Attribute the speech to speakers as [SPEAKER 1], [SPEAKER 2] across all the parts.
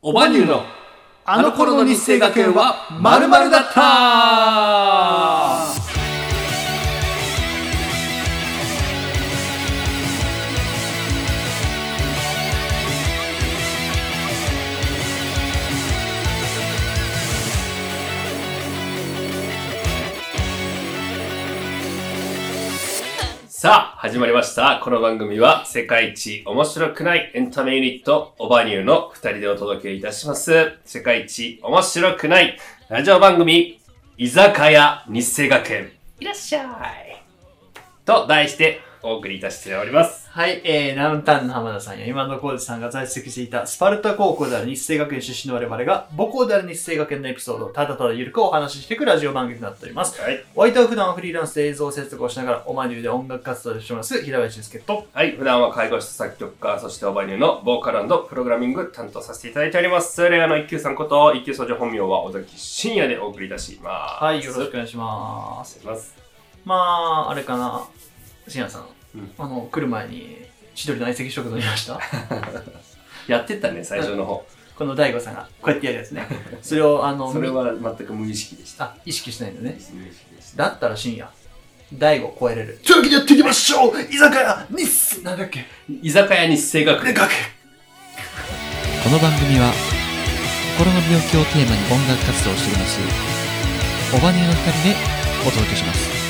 [SPEAKER 1] おばにゅうのあの頃の日生学園はまるだったさあ、始まりました。この番組は世界一面白くないエンタメユニット、オバニューの二人でお届けいたします。世界一面白くないラジオ番組、居酒屋日生学園。いらっしゃい。と題してお送りいたしております。
[SPEAKER 2] はい、えー、ラウンタンの浜田さんや今野浩二さんが在籍していたスパルタ高校である日生学園出身の我々が母校である日生学園のエピソードをただただゆるくお話ししていくラジオ番組となっております。
[SPEAKER 1] はい。
[SPEAKER 2] お相手は普段はフリーランスで映像制作をしながらオマニューで音楽活動をしております平林介と
[SPEAKER 1] はい。普段は介護室作曲家、そしてオバニューのボーカルプログラミング担当させていただいております。レアの一級さんこと、一級総長本名は尾崎真也でお送りいたします。
[SPEAKER 2] はいよろしくお
[SPEAKER 1] お
[SPEAKER 2] 願いしま
[SPEAKER 1] 願い
[SPEAKER 2] す。
[SPEAKER 1] します。
[SPEAKER 2] まああれかな信也さん、
[SPEAKER 1] うん
[SPEAKER 2] あの来る前に千鳥の相席食堂にいました
[SPEAKER 1] やってったね、最初の方。
[SPEAKER 2] この大悟さんがこうやってやるやつねそれをあの
[SPEAKER 1] それは全く無意識でした。
[SPEAKER 2] あ意識しないんだね
[SPEAKER 1] 無意識で した。
[SPEAKER 2] だったら深夜、大悟超えれる。というわけでやっていきましょう居酒屋ニッスなんだっけ
[SPEAKER 1] 居酒屋に性格
[SPEAKER 2] かけ
[SPEAKER 3] この番組は心の病気をテーマに音楽活動をしていますオバニューの2人でお届けします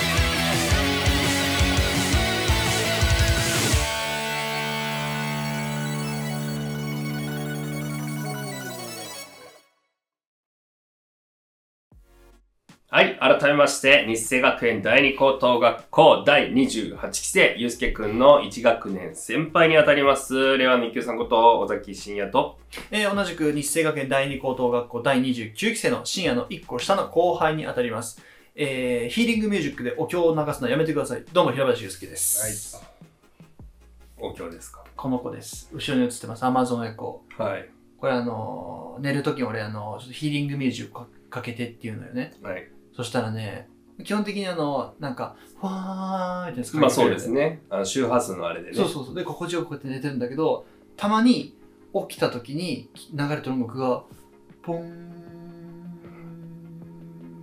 [SPEAKER 1] はい、改めまして、日生学園第二高等学校第28期生、ゆうすけくんの1学年先輩にあたります、レワの一級さんこと、尾崎真也と、
[SPEAKER 2] えー同じく日生学園第二高等学校第29期生の深夜の1個下の後輩にあたります。えー、ヒーリングミュージックでお経を流すのやめてください。どうも平林祐介です。
[SPEAKER 1] お経ですか。
[SPEAKER 2] この子です。後ろに映ってます。アマゾンエコ
[SPEAKER 1] はい。
[SPEAKER 2] ー。これあのー寝るときに俺あのーちょっとヒーリングミュージックかかけてっていうのよね。
[SPEAKER 1] はい。
[SPEAKER 2] そしたらね、基本的にあの、なんか、ファーってやつかけてる
[SPEAKER 1] まあそうですね。あの周波数のあれでね。
[SPEAKER 2] そうそうそう。で、心地よくこうやって寝てるんだけど、たまに起きた時に流れてる音楽が、ポン、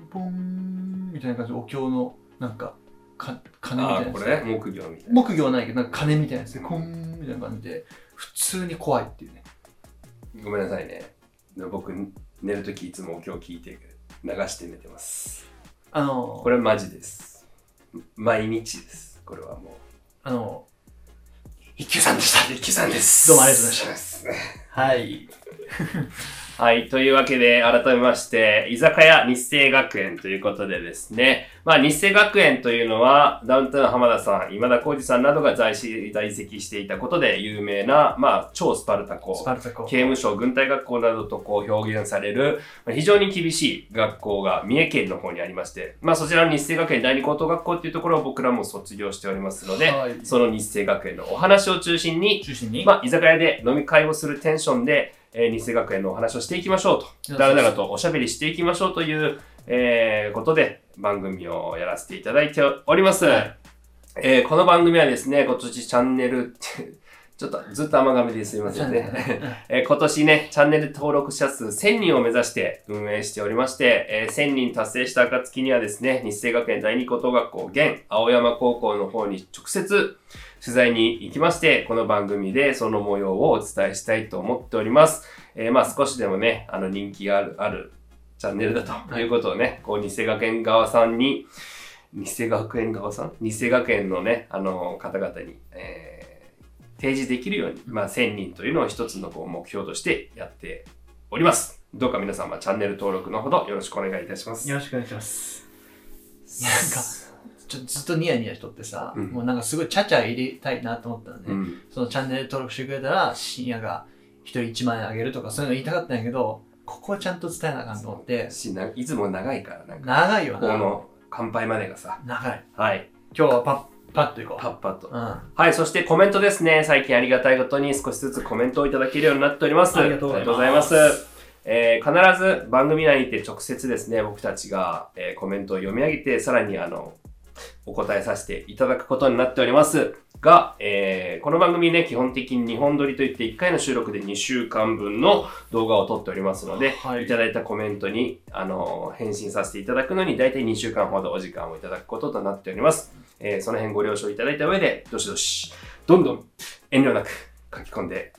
[SPEAKER 2] ポン、みたいな感じで、お経の、なんか、か鐘みた
[SPEAKER 1] ああ
[SPEAKER 2] い
[SPEAKER 1] ー、
[SPEAKER 2] なや
[SPEAKER 1] これ木
[SPEAKER 2] つ。
[SPEAKER 1] 魚みたいな。
[SPEAKER 2] 木魚はないけど、なんか鐘みたいなやつで、コンみたいな感じで、普通に怖いっていうね。
[SPEAKER 1] ごめんなさいね。で僕、寝るときいつもお経聞いて、流して寝てます。
[SPEAKER 2] あの、
[SPEAKER 1] これマジです。毎日です。これはもう。
[SPEAKER 2] あの、
[SPEAKER 1] 一級さんでした。一級さんです。
[SPEAKER 2] どうもありがとうございま
[SPEAKER 1] した。
[SPEAKER 2] はい。
[SPEAKER 1] はい。というわけで、改めまして、居酒屋日生学園ということでですね。まあ、日生学園というのは、ダウンタウン浜田さん、今田耕司さんなどが在し在籍していたことで有名な、まあ、超スパルタ校。
[SPEAKER 2] スパルタコ。
[SPEAKER 1] 刑務所、軍隊学校などとこう表現される、まあ非常に厳しい学校が三重県の方にありまして、まあそちらの日生学園第二高等学校っていうところを僕らも卒業しておりますので、
[SPEAKER 2] はい
[SPEAKER 1] その日生学園のお話を中心に、
[SPEAKER 2] 中心に、
[SPEAKER 1] まあ居酒屋で飲み会をするテンションで、えー日生学園のお話をしていきましょうと、だらだらとおしゃべりしていきましょうという、えーことで番組をやらせていただいております。
[SPEAKER 2] はい
[SPEAKER 1] えーこの番組はですね、今年チャンネル、ちょっとずっと甘噛みですいませんね。えー今年ね、チャンネル登録者数1000人を目指して運営しておりまして、えー1000人達成した暁にはですね、日生学園第二高等学校、現青山高校の方に直接取材に行きまして、この番組でその模様をお伝えしたいと思っております。えーまあ少しでもね、あの人気がある、あるチャンネルだということをね、こう日生学園側さんに、日生学園側さん日生学園のね、あの方々に、えー提示できるように、まあ、1000人というのを一つのこう目標としてやっております。どうか皆様チャンネル登録のほどよろしくお願いいたします。
[SPEAKER 2] よろしくお願いします。ちょずっとニヤニヤしとってさ、
[SPEAKER 1] うん
[SPEAKER 2] もうなんかすごいちゃちゃ入れたいなと思ったのね、
[SPEAKER 1] うん、
[SPEAKER 2] そのチャンネル登録してくれたら深夜が一人1万円あげるとかそういうの言いたかったんやけどここはちゃんと伝えなあかんと思って
[SPEAKER 1] しないつも長いから、なんか、
[SPEAKER 2] 長いよ
[SPEAKER 1] こ
[SPEAKER 2] な
[SPEAKER 1] の乾杯までがさ、
[SPEAKER 2] 長い
[SPEAKER 1] はい、
[SPEAKER 2] 今日はパッパッといこう
[SPEAKER 1] パッパと。
[SPEAKER 2] うん、
[SPEAKER 1] はい、そしてコメントですね。最近ありがたいことに少しずつコメントをいただけるようになっております。
[SPEAKER 2] ありがとうございます
[SPEAKER 1] ありがとうございますえー必ず番組内にて直接ですね、僕たちが、えーコメントを読み上げて、さらにあの、お答えさせていただくことになっておりますが、えーこの番組ね、基本的に2本撮りといって1回の収録で2週間分の動画を撮っておりますので、
[SPEAKER 2] はい
[SPEAKER 1] いただいたコメントに、あのー返信させていただくのに、大体2週間ほどお時間をいただくこととなっております。えーその辺ご了承いただいた上で、どしどし、どんどん遠慮なく書き込んで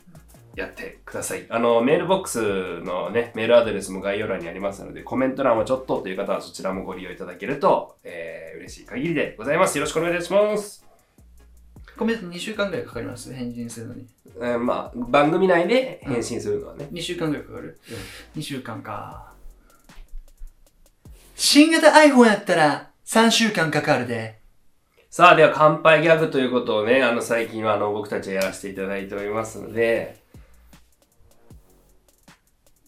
[SPEAKER 1] やってください。あの、メールボックスのね、メールアドレスも概要欄にありますので、コメント欄はちょっとという方はそちらもご利用いただけると、えー嬉しい限りでございます。よろしくお願いします。
[SPEAKER 2] コメント2週間ぐらいかかります、返信するのに。
[SPEAKER 1] えーまあ、番組内で返信するのはね。
[SPEAKER 2] 2週間ぐらいかかる、?2 週間か。新型 iPhone やったら3週間かかるで。
[SPEAKER 1] さあ、では乾杯ギャグということをね、あの、最近はあの、僕たちはやらせていただいておりますので、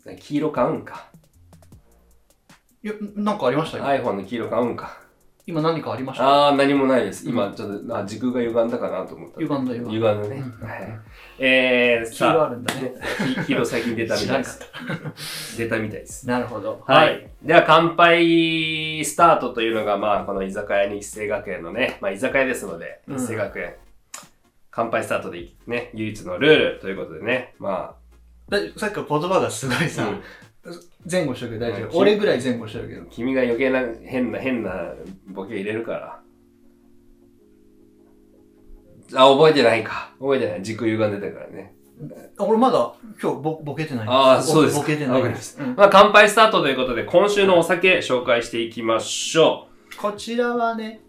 [SPEAKER 1] 黄色買うんか。
[SPEAKER 2] いや、なんかありましたよ。
[SPEAKER 1] iPhone の黄色買うんか。
[SPEAKER 2] 今何かありました
[SPEAKER 1] ああ、何もないです。今、ちょっと、あ、時空が歪んだかなと思った。
[SPEAKER 2] 歪んだ歪んだ
[SPEAKER 1] 歪んだね。はい。えー、
[SPEAKER 2] 黄色あ
[SPEAKER 1] さ
[SPEAKER 2] るんだね。
[SPEAKER 1] あ、ひ色最近出たみたいです
[SPEAKER 2] 知。
[SPEAKER 1] 出たみたいです。
[SPEAKER 2] なるほど。
[SPEAKER 1] はい。。では、乾杯スタートというのが、まあ、この居酒屋に一斉学園のね、まあ、居酒屋ですので、
[SPEAKER 2] うん
[SPEAKER 1] 一斉学園、乾杯スタートでね、唯一のルールということでね、ま
[SPEAKER 2] ださっきから言葉がすごい
[SPEAKER 1] あ、
[SPEAKER 2] さ、前後してるけど大
[SPEAKER 1] う
[SPEAKER 2] 丈
[SPEAKER 1] ん
[SPEAKER 2] 夫。俺ぐらい前後してるけど。
[SPEAKER 1] 君が余計な変な変なボケ入れるから。あ、覚えてないか。覚えてない。軸歪んでたからね。
[SPEAKER 2] あ俺まだ今日ボボケてない
[SPEAKER 1] ああ、そうですか。
[SPEAKER 2] ボケてな
[SPEAKER 1] わ
[SPEAKER 2] い
[SPEAKER 1] かり
[SPEAKER 2] で。
[SPEAKER 1] ますした。まあ、乾杯スタートということで、今週のお酒紹介していきましょ
[SPEAKER 2] こちらはね、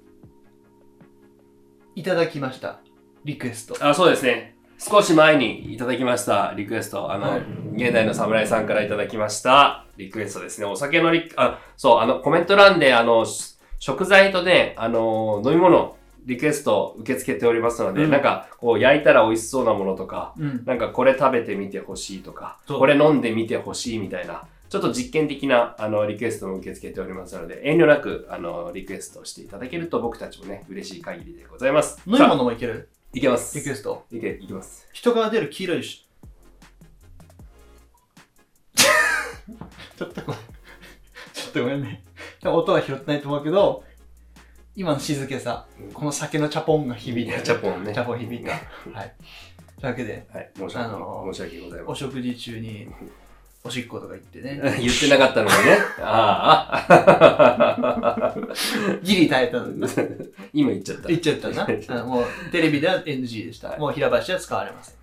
[SPEAKER 2] いただきました。リクエスト
[SPEAKER 1] う。。あ、そうですね。少し前にいただきましたリクエスト。あの、
[SPEAKER 2] はい
[SPEAKER 1] 現代の侍さんからいただきましたリクエストですね。お酒のリク、あ、そう、あの、コメント欄で、あの、し食材とね、あの、飲み物、リクエスト受け付けておりますので、
[SPEAKER 2] うん
[SPEAKER 1] なんか、こう、焼いたら美味しそうなものとか、
[SPEAKER 2] うん。
[SPEAKER 1] なんかこれ食べてみてほしいとか、
[SPEAKER 2] そう
[SPEAKER 1] これ飲んでみてほしいみたいな、ちょっと実験的なあのリクエストも受け付けておりますので、遠慮なくあのリクエストをしていただけると僕たちもね、嬉しい限りでございます。
[SPEAKER 2] 飲み
[SPEAKER 1] さあ
[SPEAKER 2] 物もいける
[SPEAKER 1] いけます。
[SPEAKER 2] リクエスト。
[SPEAKER 1] いけ、いきます。
[SPEAKER 2] 人から出る黄色いし。ちょっとごめん。ちょっとごめんね。多分音は拾ってないと思うけど、今の静けさ
[SPEAKER 1] うん、
[SPEAKER 2] この酒のチャポンが響いた。
[SPEAKER 1] チャポンね
[SPEAKER 2] チャポン響いた。はい。というわけで、
[SPEAKER 1] はい、申し訳,、
[SPEAKER 2] あのー
[SPEAKER 1] 申し訳ございま
[SPEAKER 2] お食事中におしっことか言ってね、
[SPEAKER 1] せん。言ってなかったのに ね。ああ、
[SPEAKER 2] ギリ耐えたのに。
[SPEAKER 1] 今言っちゃった。
[SPEAKER 2] 言っちゃったな。あのもうテレビでは NG でした。もう平林は使われません。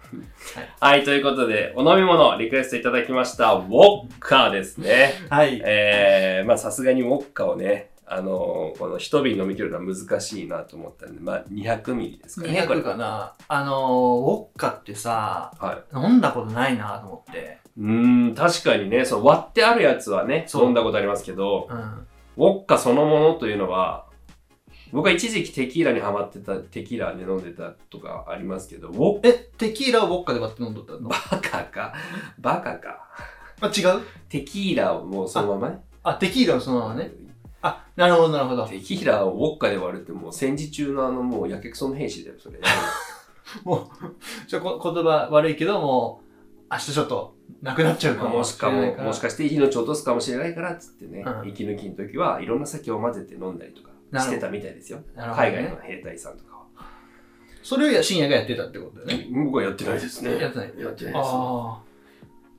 [SPEAKER 1] はい、ということで、お飲み物、リクエストいただきました、ウォッカーですね。
[SPEAKER 2] はい。
[SPEAKER 1] えー、まあさすがにウォッカをね、あのーこの一瓶飲み切るのは難しいなと思ったんで、まあ200ミリですかね。これ
[SPEAKER 2] 200かな。あのー、ウォッカってさ、
[SPEAKER 1] はい。
[SPEAKER 2] 飲んだことないなと思って。
[SPEAKER 1] うーん、確かにね、そう割ってあるやつはね、
[SPEAKER 2] そう
[SPEAKER 1] 飲んだことありますけど、
[SPEAKER 2] うん。
[SPEAKER 1] ウォッカそのものというのは、僕は一時期テキーラにハマってた、テキーラで飲んでたとかありますけど、ウォッ
[SPEAKER 2] え、テキーラをウォッカで割って飲んどったの
[SPEAKER 1] バカか、バカか。
[SPEAKER 2] あ、違う
[SPEAKER 1] テキーラをもうそのままね
[SPEAKER 2] あ、テキーラをそのままね。あ、なるほど、なるほど。
[SPEAKER 1] テキーラをウォッカで割るってもう戦時中のあのもうやけくその兵士だよ、 それ。
[SPEAKER 2] もう、 ちょ、こ言葉悪いけど、もう、明日ちょっと、なくなっちゃうか
[SPEAKER 1] も
[SPEAKER 2] も
[SPEAKER 1] し
[SPEAKER 2] し
[SPEAKER 1] か
[SPEAKER 2] れない
[SPEAKER 1] も、
[SPEAKER 2] から。
[SPEAKER 1] もしかして命を落とすかもしれないからっつってね、
[SPEAKER 2] うん
[SPEAKER 1] 息抜きの時はいろんな酒を混ぜて飲んだりとかしてたみたいですよ。
[SPEAKER 2] なるほど、
[SPEAKER 1] 海外の
[SPEAKER 2] ね。
[SPEAKER 1] 兵隊さんとかは。
[SPEAKER 2] それを深夜がやってたってことだよね。
[SPEAKER 1] 僕はやってないですね。
[SPEAKER 2] やってない。
[SPEAKER 1] やってないですね。
[SPEAKER 2] ああ。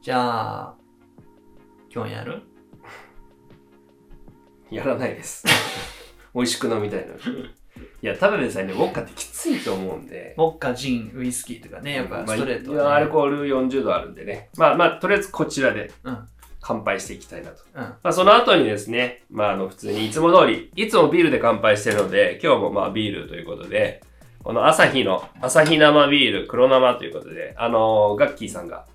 [SPEAKER 2] じゃあ、今日やる
[SPEAKER 1] やらないです。 美味しく飲みたいのに。いや、ただでさえね、ウォッカってきついと思うんで。
[SPEAKER 2] モッカ、ジン、ウイスキーとかね、やっぱストレート、ね
[SPEAKER 1] まあいやアルコール40度あるんでね。まあまあ、とりあえずこちらで
[SPEAKER 2] うん
[SPEAKER 1] 乾杯していきたいなと。
[SPEAKER 2] うん。
[SPEAKER 1] まあ、その後にですね、まあ、あの、普通にいつも通り、いつもビールで乾杯してるので、今日もまあ、ビールということで、この朝日の、朝日生ビール、黒生ということで、あのーガッキーさんが、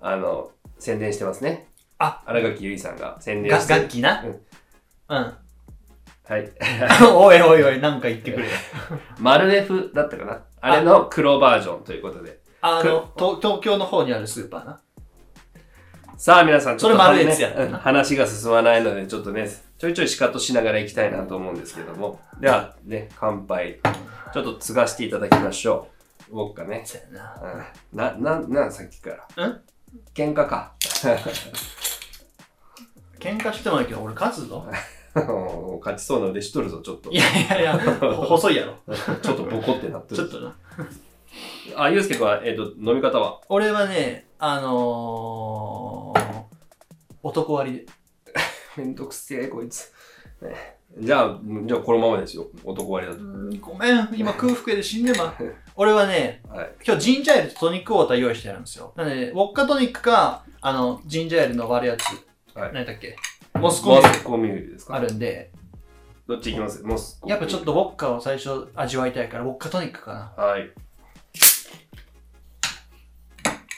[SPEAKER 1] あの宣伝してますね。
[SPEAKER 2] あ、
[SPEAKER 1] 荒垣結衣さんが宣伝
[SPEAKER 2] ガ
[SPEAKER 1] して。
[SPEAKER 2] 楽器な。
[SPEAKER 1] う
[SPEAKER 2] うんん。
[SPEAKER 1] はい。
[SPEAKER 2] おいおいおい、なんか言ってくれ。
[SPEAKER 1] マルエフだったかなあれの黒バージョンということで。
[SPEAKER 2] あの、東東京の方にあるスーパーな。
[SPEAKER 1] さあ皆さん、ちょっと、ね、
[SPEAKER 2] それ丸いやつや
[SPEAKER 1] うん話が進まないので、ちょっとね、ちょいちょいシカトしながら行きたいなと思うんですけども。では、ね、乾杯。ちょっと継がしていただきましょう。ウォッカね。
[SPEAKER 2] そうやな。
[SPEAKER 1] うんな、な、な、さっきから。
[SPEAKER 2] ん
[SPEAKER 1] 喧嘩か。
[SPEAKER 2] 喧嘩してもいいけど、俺勝つぞ。
[SPEAKER 1] 勝ちそうな腕しとるぞ、ちょっと。
[SPEAKER 2] いやいやいや、ほ 細いやろ。
[SPEAKER 1] ちょっとボコってなって
[SPEAKER 2] ちょっ
[SPEAKER 1] る。
[SPEAKER 2] とな。
[SPEAKER 1] あ、ゆうすけくんは、えっ、と、飲み方は
[SPEAKER 2] 俺はね、あのー、男割りで。
[SPEAKER 1] めんどくせえ、こいつ。ねじゃあ、じゃあこのままですよ。男割りだ
[SPEAKER 2] ごめん、今空腹で死んでまう。 俺はね、
[SPEAKER 1] と。はい。
[SPEAKER 2] 今日ジンジャーエールとトニックウォーター用意してあるんですよ。なので、ウォッカトニックか、あの、ジンジャーエールの割るやつ。
[SPEAKER 1] はい
[SPEAKER 2] 何だっけモスコ
[SPEAKER 1] モ
[SPEAKER 2] ミ
[SPEAKER 1] スコミュールですか
[SPEAKER 2] あるんで、
[SPEAKER 1] どっち行きますモスコミュ
[SPEAKER 2] やっ
[SPEAKER 1] ール
[SPEAKER 2] ぱちょっ。とウォッカを最初味わいたいから、ウォッカトニックかな。
[SPEAKER 1] はい。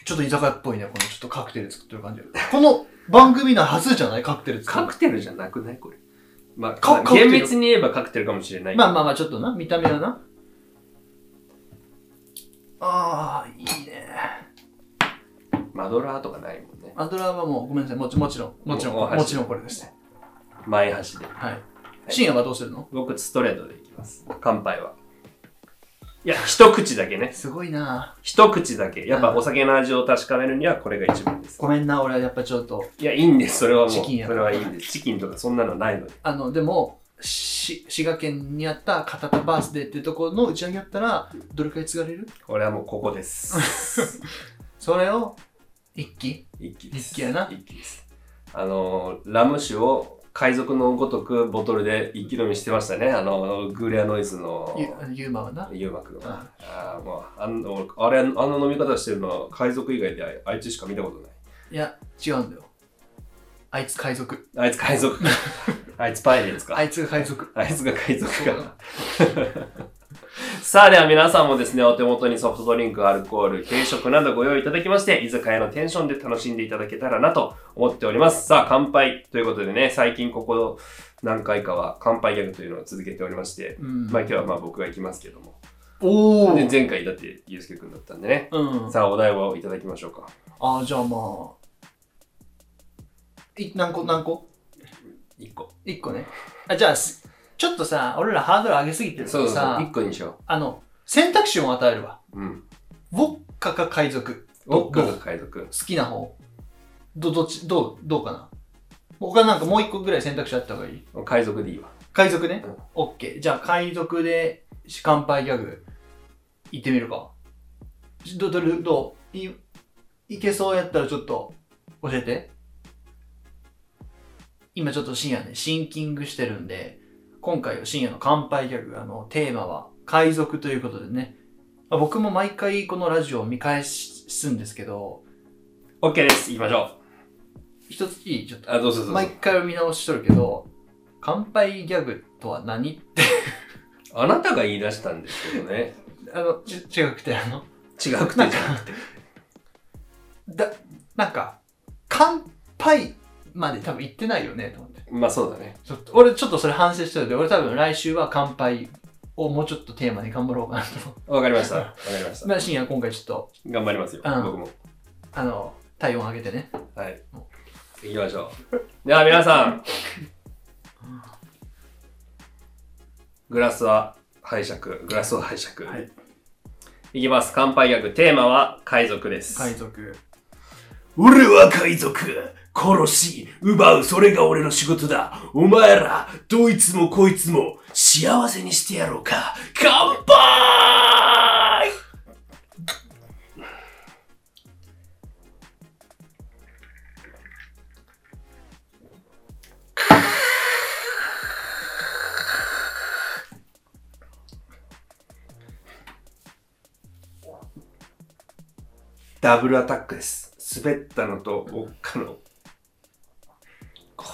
[SPEAKER 2] ちょっと居酒屋っぽいね、このちょっとカクテル作ってる感じ。この番組の初じゃないカクテル作
[SPEAKER 1] カ
[SPEAKER 2] る。
[SPEAKER 1] クテルじゃなくないこれ。まあ、
[SPEAKER 2] カカクテル
[SPEAKER 1] 厳密に言えばカクテルかもしれない。
[SPEAKER 2] まあまあまあ、ちょっとな、見た目はな。ああ、いいね。
[SPEAKER 1] マドラーとかないもんね。
[SPEAKER 2] アドラーはもう、ごめんなさい、もちもちろん、もちろん、
[SPEAKER 1] もう
[SPEAKER 2] もちろんこれですね。
[SPEAKER 1] 前端で。
[SPEAKER 2] はい。深夜はどうするの
[SPEAKER 1] 僕、ストレートでいきます。乾杯は。いや、一口だけね。
[SPEAKER 2] すごいな
[SPEAKER 1] 一口だけ。やっぱお酒の味を確かめるにはこれが一番です。
[SPEAKER 2] ごめんな、俺はやっぱちょっと、
[SPEAKER 1] いや、いいんです。それはもう。
[SPEAKER 2] チキンや
[SPEAKER 1] それはいいんです。チキンとかそんなのないので。
[SPEAKER 2] あの、でも、し、滋賀県にあった片田バースデーっていうところの打ち上げやったら、どれくらい継がれる
[SPEAKER 1] これはもうここ です。
[SPEAKER 2] それを、一気
[SPEAKER 1] 一気です。
[SPEAKER 2] 一気やな
[SPEAKER 1] 一気です。あのー、ラム酒を海賊のごとくボトルで一気飲みしてましたね。あのー、グーレアノイズの
[SPEAKER 2] ゆユーマはな。
[SPEAKER 1] ゆうまくんは
[SPEAKER 2] あ。
[SPEAKER 1] ああ、もう、あの、あれ、あの飲み方してるのは海賊以外でああいつしか見たことない。
[SPEAKER 2] いや、違うんだよ。あいつ海賊。
[SPEAKER 1] あいつ海賊か。 あいつパイレーツか。
[SPEAKER 2] あいつが海賊。
[SPEAKER 1] あいつが海賊か。 さあでは皆さんもですね、お手元にソフトドリンク、アルコール、軽食などご用意いただきまして、居酒屋のテンションで楽しんでいただけたらなと思っております。さあ乾杯ということでね、最近ここ何回かは乾杯ギャグというのを続けておりまして、
[SPEAKER 2] うん
[SPEAKER 1] まあ今日はまあ僕が行きますけども。
[SPEAKER 2] お
[SPEAKER 1] で
[SPEAKER 2] ー
[SPEAKER 1] 前回だってゆうすけくんだったんでね。
[SPEAKER 2] うん。
[SPEAKER 1] さあお題をいただきましょうか。
[SPEAKER 2] ああ、じゃあまあ。い、何個何個
[SPEAKER 1] 1個。
[SPEAKER 2] 一個ね。あ、じゃあ、すちょっとさ、俺らハードル上げすぎてる
[SPEAKER 1] そ
[SPEAKER 2] か
[SPEAKER 1] う
[SPEAKER 2] ら
[SPEAKER 1] そうそう。1
[SPEAKER 2] さ、
[SPEAKER 1] 個にしよ
[SPEAKER 2] あの、選択肢を与えるわ。
[SPEAKER 1] う。うん。
[SPEAKER 2] ウォッカか海賊。ど
[SPEAKER 1] 僕が
[SPEAKER 2] どう
[SPEAKER 1] 海賊。
[SPEAKER 2] 好きな方。ど、どっち、どう、どうかな他なんかもう一個ぐらい選択肢あった方がいい
[SPEAKER 1] 海賊でいいわ。
[SPEAKER 2] 海賊ね
[SPEAKER 1] うん。
[SPEAKER 2] オッケー。じゃあ、海賊で、し乾杯ギャグ、行ってみるか。しど、どれ、どうい、いけそうやったらちょっと、教えて。今ちょっと深夜ね、シンキングしてるんで、今回は深夜の乾杯ギャグ、あの、テーマは、海賊ということでね。まあ僕も毎回このラジオを見返しすんですけど、
[SPEAKER 1] OK です。行きましょ
[SPEAKER 2] 一ついいちょっ
[SPEAKER 1] う。
[SPEAKER 2] と。
[SPEAKER 1] あ、どうぞどうぞ。
[SPEAKER 2] 毎回見直しとるけど、乾杯ギャグとは何
[SPEAKER 1] あなたが言い出したんですけどね。
[SPEAKER 2] あの、ち、違くて、あの、
[SPEAKER 1] 違く
[SPEAKER 2] なん
[SPEAKER 1] て
[SPEAKER 2] か、だ、なんか、乾杯まで多分行ってないよね、と思って。
[SPEAKER 1] まあそうだね。
[SPEAKER 2] ちょっと、俺ちょっとそれ反省してるんで、俺多分来週は乾杯をもうちょっとテーマに頑張ろうかなと思
[SPEAKER 1] わかりました。わかりまし
[SPEAKER 2] う。
[SPEAKER 1] た。
[SPEAKER 2] まあ、深夜今回ちょっと、
[SPEAKER 1] 頑張りますよ。
[SPEAKER 2] うん
[SPEAKER 1] 僕も。
[SPEAKER 2] あの、体温上げてね。
[SPEAKER 1] はい。行きましょう。では皆さん。グラスは拝借。グラスを拝借。
[SPEAKER 2] はい
[SPEAKER 1] い。きます。乾杯役。テーマは海賊です。
[SPEAKER 2] 賊。
[SPEAKER 1] 俺は海賊殺し、奪う、それが俺の仕事だお前ら、どいつもこいつも、幸せにしてやろうか乾杯ダブルアタックです。滑ったのと、おっかの。こ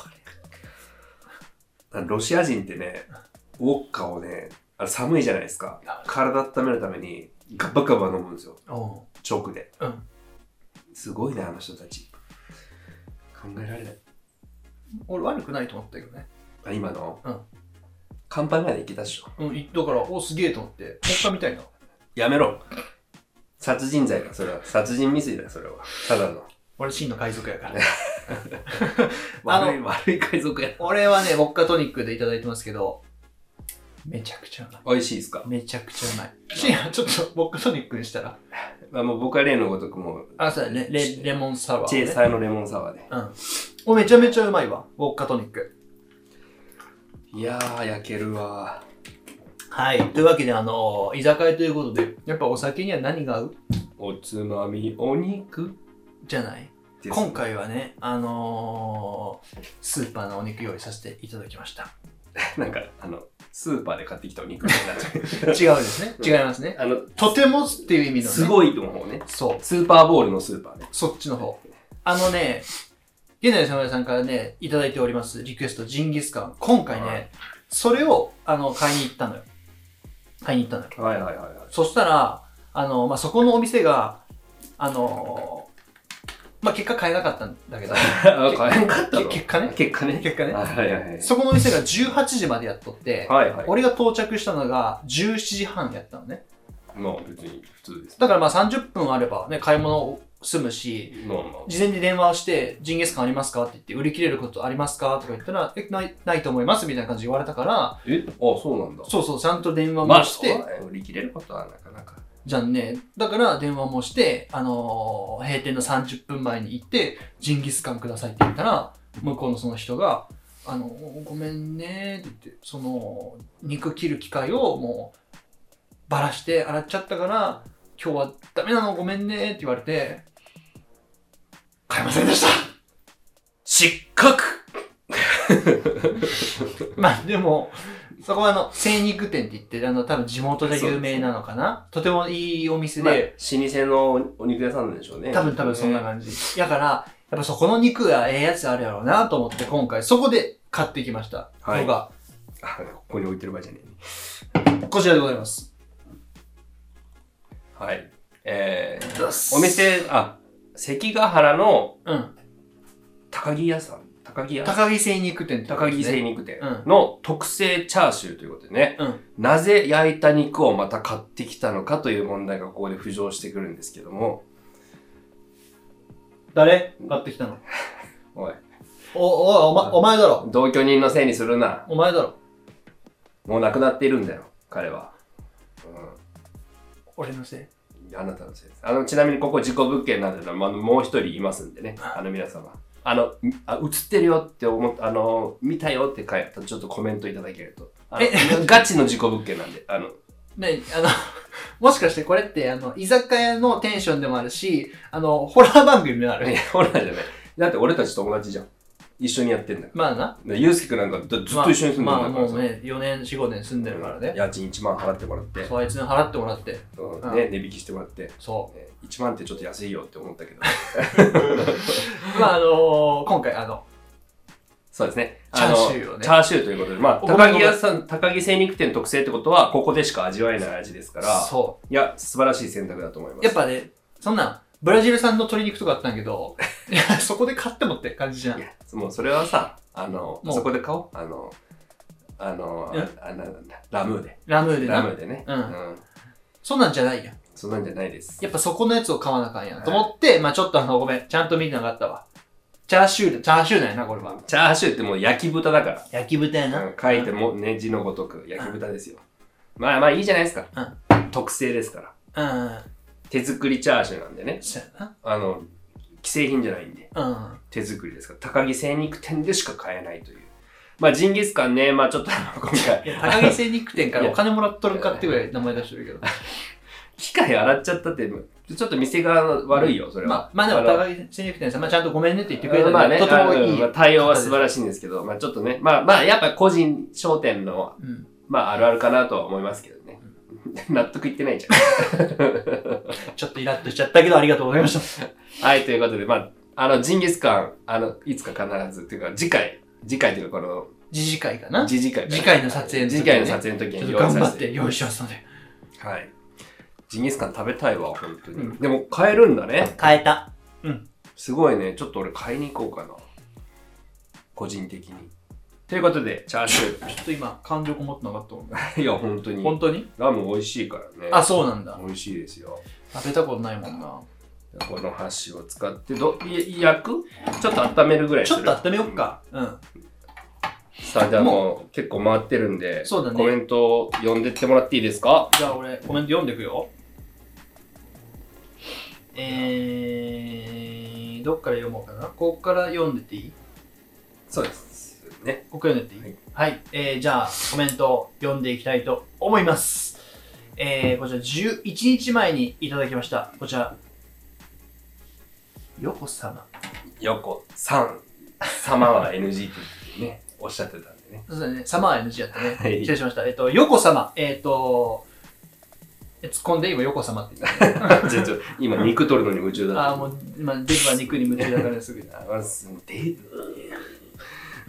[SPEAKER 1] れ。ロシア人ってね、ウォッカをね、あれ寒いじゃないですか。体温めるために、ガバガバ飲むんですよ。
[SPEAKER 2] おう
[SPEAKER 1] チョークで。
[SPEAKER 2] うん。
[SPEAKER 1] すごいね、あの人たち。考えられない。
[SPEAKER 2] 俺悪くないと思ったけどね。
[SPEAKER 1] あ、今の、
[SPEAKER 2] うん
[SPEAKER 1] 乾杯まで行けたっしょ。
[SPEAKER 2] うん、いだから、お、すげえと思って、もう一回見たいな。
[SPEAKER 1] やめろ。殺人罪だ、それは。殺人未遂だ、それは。ただの。
[SPEAKER 2] 俺真の海賊やから。 あの
[SPEAKER 1] 悪い、悪い海賊や。
[SPEAKER 2] 俺はね、ウォッカトニックでいただいてますけど、めちゃくちゃうまい。
[SPEAKER 1] 美味しいですか
[SPEAKER 2] めちゃくちゃうまい。シンちょっとボックトニックにしたら。
[SPEAKER 1] まあもう僕は例のごとくもう、
[SPEAKER 2] あ、そうだね。レレモンサワ
[SPEAKER 1] チェ
[SPEAKER 2] ー、
[SPEAKER 1] イ
[SPEAKER 2] ね。
[SPEAKER 1] サーのレモンサワーで。
[SPEAKER 2] うん。お、めちゃめちゃうまいわ。ウォッカトニック。
[SPEAKER 1] いやー、焼けるわ。
[SPEAKER 2] はい。というわけで、あの居酒屋ということで、やっぱお酒には何が合う
[SPEAKER 1] おつまみ、お肉
[SPEAKER 2] じゃない
[SPEAKER 1] です
[SPEAKER 2] 今回はね、あのースーパーのお肉用意させていただきました。
[SPEAKER 1] なんか、あの、スーパーで買ってきたお肉みたいになっちゃう。
[SPEAKER 2] 違うですね。
[SPEAKER 1] うん
[SPEAKER 2] 違いますね。
[SPEAKER 1] あの、
[SPEAKER 2] とてもっていう意味のね。
[SPEAKER 1] すごいの方ね。
[SPEAKER 2] そう。
[SPEAKER 1] スーパーボールのスーパーね。
[SPEAKER 2] そっちの方。あのね、現在の侍さんからね、いただいておりますリクエスト、ジンギスカン。今回
[SPEAKER 1] は
[SPEAKER 2] ね、それを、あの、買いに行ったのよ。買いに行ったのよ。
[SPEAKER 1] はいはいはいはい。
[SPEAKER 2] そしたら、あの、まあ、そこのお店が、あの、まあ、結果買えなかったんだけど、
[SPEAKER 1] あ買えんかったの
[SPEAKER 2] け結果ね
[SPEAKER 1] 結果ね。
[SPEAKER 2] 結果ね
[SPEAKER 1] はいはいはい。
[SPEAKER 2] そこのお店が18時までやっとって、
[SPEAKER 1] はいはい。
[SPEAKER 2] 俺が到着したのが17時半やったのね。
[SPEAKER 1] まあ別に普通です。
[SPEAKER 2] だから
[SPEAKER 1] ら、
[SPEAKER 2] まあ30分あればね、買い物を済むし、
[SPEAKER 1] まあまあ。
[SPEAKER 2] 事前に電話をして、ジンギスカンありますかって言って、売り切れることありますかとか言ったら、え、ない、ないと思いますみたいな感じで言われたから、
[SPEAKER 1] えあ、そうなんだ。
[SPEAKER 2] そうそう、ちゃんと電話
[SPEAKER 1] まあ
[SPEAKER 2] もして、
[SPEAKER 1] そうだね売り切れることはなかなか。
[SPEAKER 2] じゃんね。だから電話もして、あのー閉店の30分前に行って、ジンギスカンくださいって言ったら、向こうのその人が、あのーごめんねって言って、その、肉切る機械をもう、ばらして洗っちゃったから、今日はダメなのごめんねって言われて、買いませんでした
[SPEAKER 1] 失格
[SPEAKER 2] まあでも、そこはあの、精肉店って言って、あの、多分地元で有名なのかなとてもいいお店
[SPEAKER 1] まあ、老
[SPEAKER 2] で、
[SPEAKER 1] 舗のお肉屋さんなんでしょうね。
[SPEAKER 2] 多分多分そんな感じ。だから、やっぱそこの肉がええやつあるやろうなと思って、今回そこで買ってきました。
[SPEAKER 1] はい
[SPEAKER 2] のが、
[SPEAKER 1] あここに置いてる場合じゃねえ。
[SPEAKER 2] こちらでございます。
[SPEAKER 1] はい。えー、お
[SPEAKER 2] お店、
[SPEAKER 1] 店、あ、関ヶ原の
[SPEAKER 2] うん。
[SPEAKER 1] 高木屋さん。高木屋さん
[SPEAKER 2] 高木精肉店ってこと
[SPEAKER 1] 高
[SPEAKER 2] で
[SPEAKER 1] 木
[SPEAKER 2] す
[SPEAKER 1] 精
[SPEAKER 2] ね。
[SPEAKER 1] 肉店の特製チャーシューということでね、
[SPEAKER 2] うん
[SPEAKER 1] なぜ焼いた肉をまた買ってきたのかという問題がここで浮上してくるんですけども、
[SPEAKER 2] 誰買ってきたの
[SPEAKER 1] おい、
[SPEAKER 2] お、お、おま、お前だろ。
[SPEAKER 1] 同居人のせいにするな。
[SPEAKER 2] お前だろ。
[SPEAKER 1] もう亡くなっているんだよ、彼は。
[SPEAKER 2] 俺のせい。
[SPEAKER 1] うん、あなたのせいです。あの、ちなみにここ事故物件なんで、あのもう一人いますんで ね、あの皆様。あの、みあ映ってるよって思っあの、見たよって書いたちょっとコメントいただけると。あの
[SPEAKER 2] え
[SPEAKER 1] ガチの事故物件なんで、あの、
[SPEAKER 2] ね、あの、 もしかしてこれって、あの、居酒屋のテンションでもあるし、あの、ホラー番組でもあ
[SPEAKER 1] い
[SPEAKER 2] る。
[SPEAKER 1] や、ほらじゃない。だって俺たち友達じゃん。一緒にやってんだか
[SPEAKER 2] まあな。
[SPEAKER 1] ら。で、ゆうすけくんなんかずずっと一緒に住んでるんだ
[SPEAKER 2] ま
[SPEAKER 1] か
[SPEAKER 2] あ
[SPEAKER 1] ら
[SPEAKER 2] まあも
[SPEAKER 1] さ
[SPEAKER 2] うね、4年、4、5年住んでるからね。
[SPEAKER 1] 家賃1万払ってもらって、
[SPEAKER 2] そう、あいつに払ってもらって。
[SPEAKER 1] うん
[SPEAKER 2] うん
[SPEAKER 1] ね、値引きしてもらって、
[SPEAKER 2] そ
[SPEAKER 1] ね1万ってちょっと安いよって思ったけど。
[SPEAKER 2] う。まああのー、今回あの、
[SPEAKER 1] そうですね。
[SPEAKER 2] チャーシューを
[SPEAKER 1] あの
[SPEAKER 2] ね
[SPEAKER 1] チャーシューということで、まあ、
[SPEAKER 2] お米の
[SPEAKER 1] 高木屋さん、高木精肉店特製ってことは、ここでしか味わえない味ですから、
[SPEAKER 2] そ
[SPEAKER 1] いや、素晴らしい選択だと思います。
[SPEAKER 2] う。やっぱね、そんなん、ブラジル産の鶏肉とかあったんやけど、 いや、そこで買ってもって感じじゃ
[SPEAKER 1] い
[SPEAKER 2] ん。
[SPEAKER 1] や、もうそれはさ、あの、
[SPEAKER 2] もう
[SPEAKER 1] そこで買おう。あの、あの、
[SPEAKER 2] え
[SPEAKER 1] あなんだラムーで。
[SPEAKER 2] ラムーで
[SPEAKER 1] ラム
[SPEAKER 2] な。
[SPEAKER 1] ーでね。
[SPEAKER 2] うん
[SPEAKER 1] うん。
[SPEAKER 2] そんなんじゃないやん。
[SPEAKER 1] そんなんじゃないです。
[SPEAKER 2] やっぱそこのやつを買わなあかんやん。と思って、まあちょっとあの、ごめん、ちゃんと見てなかったわ。チャーシューだ、チャーシューなんやな、これは。
[SPEAKER 1] チャーシューってもう焼き豚だから。
[SPEAKER 2] 焼き豚やな。
[SPEAKER 1] 書いてもね字のごとく焼き豚ですよ、まあまあいいじゃないですか、特製ですから
[SPEAKER 2] うん。
[SPEAKER 1] 手作りチャーシューなんでね
[SPEAKER 2] そうや
[SPEAKER 1] あの既製品じゃないんで
[SPEAKER 2] な。うん。
[SPEAKER 1] 手作りですから高木精肉店でしか買えないというまあジンギスカンねまあちょっとあ の今
[SPEAKER 2] いや
[SPEAKER 1] 回
[SPEAKER 2] 高木精肉店からお金もらっとるかってぐらい名前出してるけど。
[SPEAKER 1] 機械洗っちゃったってちょっと店側の悪いよそれ
[SPEAKER 2] まあ
[SPEAKER 1] は、
[SPEAKER 2] まあでも
[SPEAKER 1] の
[SPEAKER 2] 高木精肉店さん、まあちゃんとごめんねって言ってくれたんで
[SPEAKER 1] まあね、
[SPEAKER 2] とても
[SPEAKER 1] あ
[SPEAKER 2] い
[SPEAKER 1] の
[SPEAKER 2] い
[SPEAKER 1] まあ。対応は素晴らしいんですけど、まあちょっとね、まあまあやっぱ個人商店の、
[SPEAKER 2] うん
[SPEAKER 1] まああるあるかなとは思いますけどね。 納得いってないじゃん。
[SPEAKER 2] ちょっとイラッとしちゃったけど、ありがとうございました。
[SPEAKER 1] はい、ということで、まあ、あの、ジンギスカン、あの、いつか必ず、というか、次回、次回というか、こ
[SPEAKER 2] 次次会か
[SPEAKER 1] の、
[SPEAKER 2] な
[SPEAKER 1] 次次回かな
[SPEAKER 2] 次回の撮影の時に
[SPEAKER 1] 次
[SPEAKER 2] ね
[SPEAKER 1] 回の撮影の時
[SPEAKER 2] ち
[SPEAKER 1] に
[SPEAKER 2] ょっと
[SPEAKER 1] 用意
[SPEAKER 2] 頑
[SPEAKER 1] さ
[SPEAKER 2] 張
[SPEAKER 1] せ。
[SPEAKER 2] ってて用意しますので。
[SPEAKER 1] はい。ジンギスカン食べたいわ、本当に。
[SPEAKER 2] うん
[SPEAKER 1] でも、買えるんだね。
[SPEAKER 2] 変えた。
[SPEAKER 1] すごいね。ちょっと俺、買いに行こうかな。個人的に。ということで、チャーシュ
[SPEAKER 2] ちょっと今、感情こもってなかったもん。
[SPEAKER 1] ー。いや、本当に。
[SPEAKER 2] 本当に
[SPEAKER 1] ラム美味しいからね。
[SPEAKER 2] あ、そうなんだ。
[SPEAKER 1] 美味しいですよ。
[SPEAKER 2] 食べたことないもんな。
[SPEAKER 1] この箸を使って、ど、い焼くちょっと温めるぐらい
[SPEAKER 2] ち
[SPEAKER 1] す
[SPEAKER 2] ょっ
[SPEAKER 1] る
[SPEAKER 2] と温めよっか。うん。
[SPEAKER 1] さあ、じゃあもう結構回ってるんで、
[SPEAKER 2] そうだね
[SPEAKER 1] コメントを読んでってもらっていいですか
[SPEAKER 2] じゃあ俺、コメント読んでいくよ。えー、どっから読もうかなここから読んでていい
[SPEAKER 1] そうです。ね。
[SPEAKER 2] 僕読んでっていいはい、えーじゃあコメントを読んでいきたいと思います。えーこちら11日前にいただきました。こちら、よこさま。
[SPEAKER 1] 横さん様は NG ってね、おっしゃってたんでね。
[SPEAKER 2] そうだね、様は NG だったね。
[SPEAKER 1] はい
[SPEAKER 2] 失礼しました。えっ、と、よこさま。えっ、と、え突っ込んで今、よこさまって言った。
[SPEAKER 1] ちょっと今肉取るのに夢中だった。
[SPEAKER 2] ああ、もう、今、デブは肉に夢中だからす ぐに。
[SPEAKER 1] あまずデート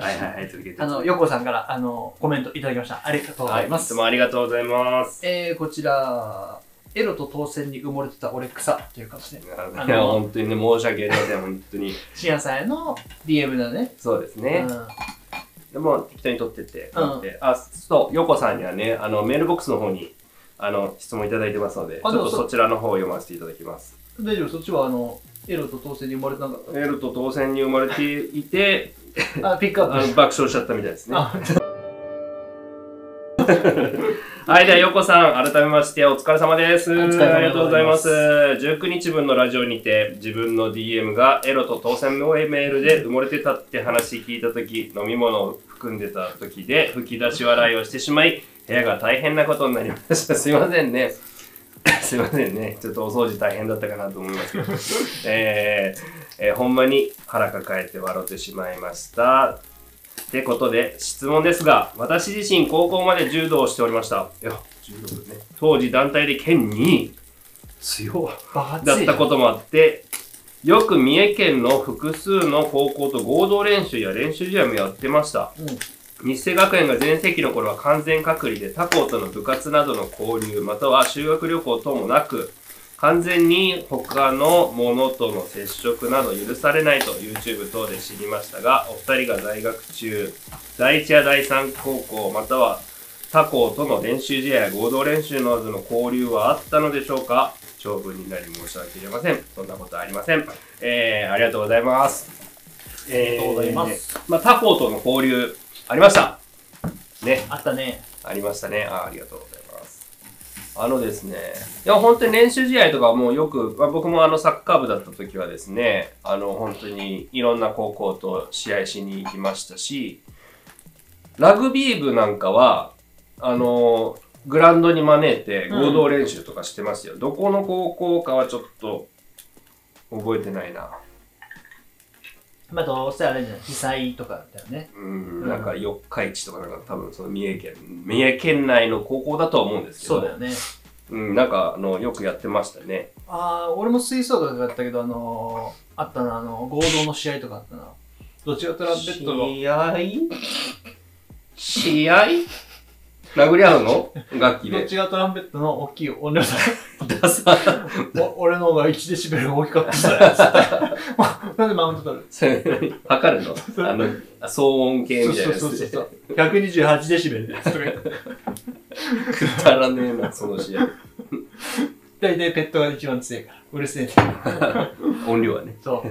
[SPEAKER 1] はいはいはい、続けて。
[SPEAKER 2] あの、よこさんから、あの、コメントいただきました。ありがとうござ
[SPEAKER 1] はいい、
[SPEAKER 2] ま
[SPEAKER 1] い
[SPEAKER 2] す
[SPEAKER 1] つ。もありがとうございます。
[SPEAKER 2] えー、こちら、エロと当選に埋もれてた俺草という形で、の
[SPEAKER 1] いや、本当にね、申し訳ありません、本当に。
[SPEAKER 2] 深夜さんへの DM だね。
[SPEAKER 1] そうです
[SPEAKER 2] う
[SPEAKER 1] ね。
[SPEAKER 2] ん、
[SPEAKER 1] でも適当に取ってって、
[SPEAKER 2] うん
[SPEAKER 1] であそうヨコさんにはねあのメールボックスの方にあの質問いただいてますのでちょ
[SPEAKER 2] あ
[SPEAKER 1] っ
[SPEAKER 2] でも
[SPEAKER 1] と
[SPEAKER 2] そう
[SPEAKER 1] そちらの方を読ませていただきます
[SPEAKER 2] 大丈夫そっちは、あの、エロと当選に埋もれてなかっ
[SPEAKER 1] メールと当選に生まれていて
[SPEAKER 2] た。 あ、ピックア
[SPEAKER 1] あ
[SPEAKER 2] ップ
[SPEAKER 1] の爆笑しちゃったみたいですねは
[SPEAKER 2] あ、
[SPEAKER 1] いではヨコさん改めましてお疲れ様です
[SPEAKER 2] お疲れ様
[SPEAKER 1] あり
[SPEAKER 2] でございます
[SPEAKER 1] がとうございます19日分のラジオにて自分の DM がエロと当選のメールで埋もれてたって話聞いた時飲み物を含んでた時で吹き出し笑いをしてしまい部屋が大変なことになりました すいませんねすいませんねちょっとお掃除大変だったかなと思いますけどえーえーほんまに腹抱えて笑ってしまいましたってことで質問ですが私自身高校まで柔道をしておりましたいや柔道部ね当時団体で県2位強っ
[SPEAKER 2] バカ。
[SPEAKER 1] だったことともあってよく三重県の複数の高校と合同練習や練習試合もやってました
[SPEAKER 2] うん。
[SPEAKER 1] 日生学園が全盛期の頃は完全隔離で他校との部活などの交流または修学旅行等もなく完全に他のものとの接触など許されないと YouTube 等で知りましたがお二人が在学中第一や第三高校または他校との練習試合や合同練習などの交流はあったのでしょうか長文になり申し訳ありませんそんなことはありません、えー、ありがとうございますあ
[SPEAKER 2] ありがとうございます。
[SPEAKER 1] まあ、他校との交流ありました。ね、
[SPEAKER 2] あったね。
[SPEAKER 1] ありましたね。あありがとうございます。あのですね、いや、本当に練習試合とかもよく、まあ、僕もあのサッカー部だった時はですね、あの、本当にいろんな高校と試合しに行きましたし、ラグビー部なんかは、あの、グラウンドに招いて合同練習とかしてますよ。どこの高校かはちょっと覚えてないな。
[SPEAKER 2] まあ、どうせあれじゃない被災とかだよね。
[SPEAKER 1] うん、なんか四日市とかなんか多分その三重県三重県内の高校だとは思うんですけど
[SPEAKER 2] そうだよね。
[SPEAKER 1] うん、なんかあのよくやってましたね
[SPEAKER 2] ああ、俺も吹奏楽だったけど、あのー、あったな、あの、合同の試合とかあったな。どっちがトランペットの
[SPEAKER 1] 試合試合殴り合うの楽器
[SPEAKER 2] どっ
[SPEAKER 1] で
[SPEAKER 2] ちがトランペットの大きい音量だ
[SPEAKER 1] ダサ
[SPEAKER 2] お俺の方が1デシベル大きかったんだよつ ってまなんでマウント取る
[SPEAKER 1] それ測るのあの騒音計みたいなや
[SPEAKER 2] そうそう
[SPEAKER 1] つ
[SPEAKER 2] そ
[SPEAKER 1] で
[SPEAKER 2] うそう128デシベルですとか言って
[SPEAKER 1] くだらねえなその試合
[SPEAKER 2] 大体ペットが一番強いからうるせえね
[SPEAKER 1] 音量はね
[SPEAKER 2] そう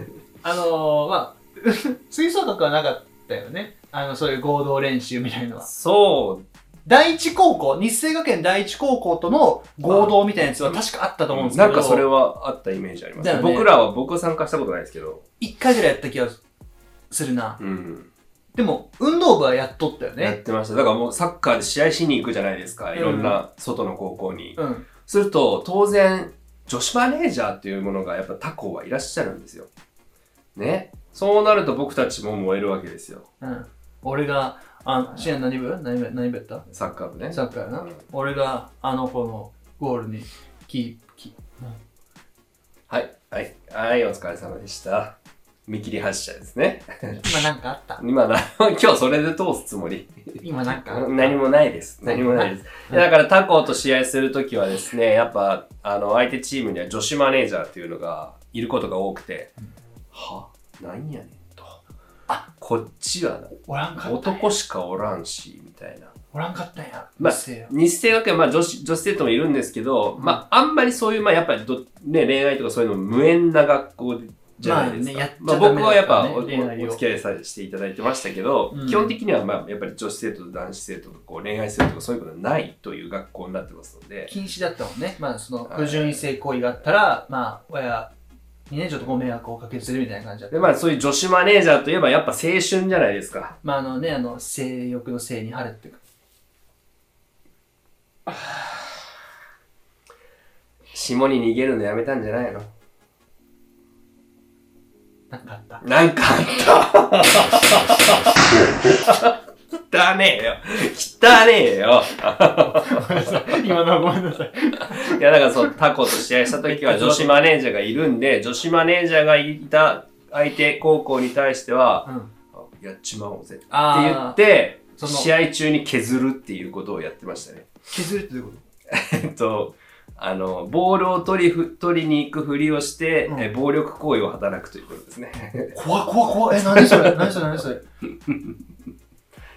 [SPEAKER 2] あのー、まあ 吹奏楽はなかったよねあのそういう合同練習みたいのは
[SPEAKER 1] そう
[SPEAKER 2] 第一高校日生学園第一高校との合同みたいなやつは確かあったと思うんですけ
[SPEAKER 1] な
[SPEAKER 2] ど
[SPEAKER 1] んかそれはあったイメージあります、
[SPEAKER 2] だよね
[SPEAKER 1] 僕らは僕は参加したことないですけど
[SPEAKER 2] 1回ぐらいやった気がするな
[SPEAKER 1] うん
[SPEAKER 2] でも運動部はやっとったよ
[SPEAKER 1] やっ
[SPEAKER 2] ね
[SPEAKER 1] てました。だからもうサッカーで試合しに行くじゃないですか。いろんな外の高校に。
[SPEAKER 2] うん
[SPEAKER 1] すると、当然、女子マネージャーっていうものがやっぱ他校はいらっしゃるんですよ。ね。そうなると僕たちも燃えるわけですよ。
[SPEAKER 2] うん俺があの深夜何部何部何部やった
[SPEAKER 1] サッカー部ね。
[SPEAKER 2] サッカーやな、
[SPEAKER 1] うん
[SPEAKER 2] 俺があの子のゴールにキーキ
[SPEAKER 1] はい。はい。はい、お疲れ様でした。見切り発車ですね。
[SPEAKER 2] ー今なんかあった
[SPEAKER 1] 今な、 今日それで通すつもり。
[SPEAKER 2] 今なんかあ った
[SPEAKER 1] 何もないです。何もないです。いやだから他校と試合するときはですね、やっぱ、あの、相手チームには女子マネージャーっていうのがいることが多くて、はなんやねんと。あこっちはな
[SPEAKER 2] おらんかったんや
[SPEAKER 1] 男しかおらんし、みたいな。
[SPEAKER 2] おらんかったんや、
[SPEAKER 1] まあ
[SPEAKER 2] うっせえよ
[SPEAKER 1] 日生学園、まあ女子、女子生徒もいるんですけど、
[SPEAKER 2] うん
[SPEAKER 1] まああんまりそういう、まあやっぱりど、ね、恋愛とかそういうの無縁な学校じゃないです
[SPEAKER 2] まあね
[SPEAKER 1] か
[SPEAKER 2] やっちゃ。
[SPEAKER 1] まあ
[SPEAKER 2] ダメだからね
[SPEAKER 1] 僕はやっぱおおお
[SPEAKER 2] 恋愛を
[SPEAKER 1] 付き合いさせていただいてましたけど、
[SPEAKER 2] うん
[SPEAKER 1] 基本的にはまあやっぱり女子生徒と男子生徒がこう恋愛するとかそういうことはないという学校になってますので、
[SPEAKER 2] 禁止だったもんねまあその不純異性行為があったらまあ親にね、ちょっとご迷惑をおかけするみたいな感じだった。
[SPEAKER 1] で、まあそういう女子マネージャーといえばやっぱ青春じゃないですか。
[SPEAKER 2] まああのね、あの、性欲の性に晴れっていうか。
[SPEAKER 1] 下に逃げるのやめたんじゃないの
[SPEAKER 2] なんかあった。
[SPEAKER 1] なんかあった。汚ねえよ。汚ねえよ。
[SPEAKER 2] ごめんなさい。今のはごめんなさい。
[SPEAKER 1] いや、だからそう、タコと試合した時は女子マネージャーがいるんで、女子マネージャーがいた相手高校に対しては、
[SPEAKER 2] うん。
[SPEAKER 1] やっちまおうぜって言
[SPEAKER 2] あー
[SPEAKER 1] って、
[SPEAKER 2] その
[SPEAKER 1] 試合中に削るっていうことをやってましたね。
[SPEAKER 2] 削るってどういうこ
[SPEAKER 1] えっと、あの、ボールを取りふ取りに行くふりをして、
[SPEAKER 2] うん
[SPEAKER 1] え暴力行為を働くということですね。
[SPEAKER 2] と怖っ怖っ怖っ。え、何それ何それ何それ
[SPEAKER 1] い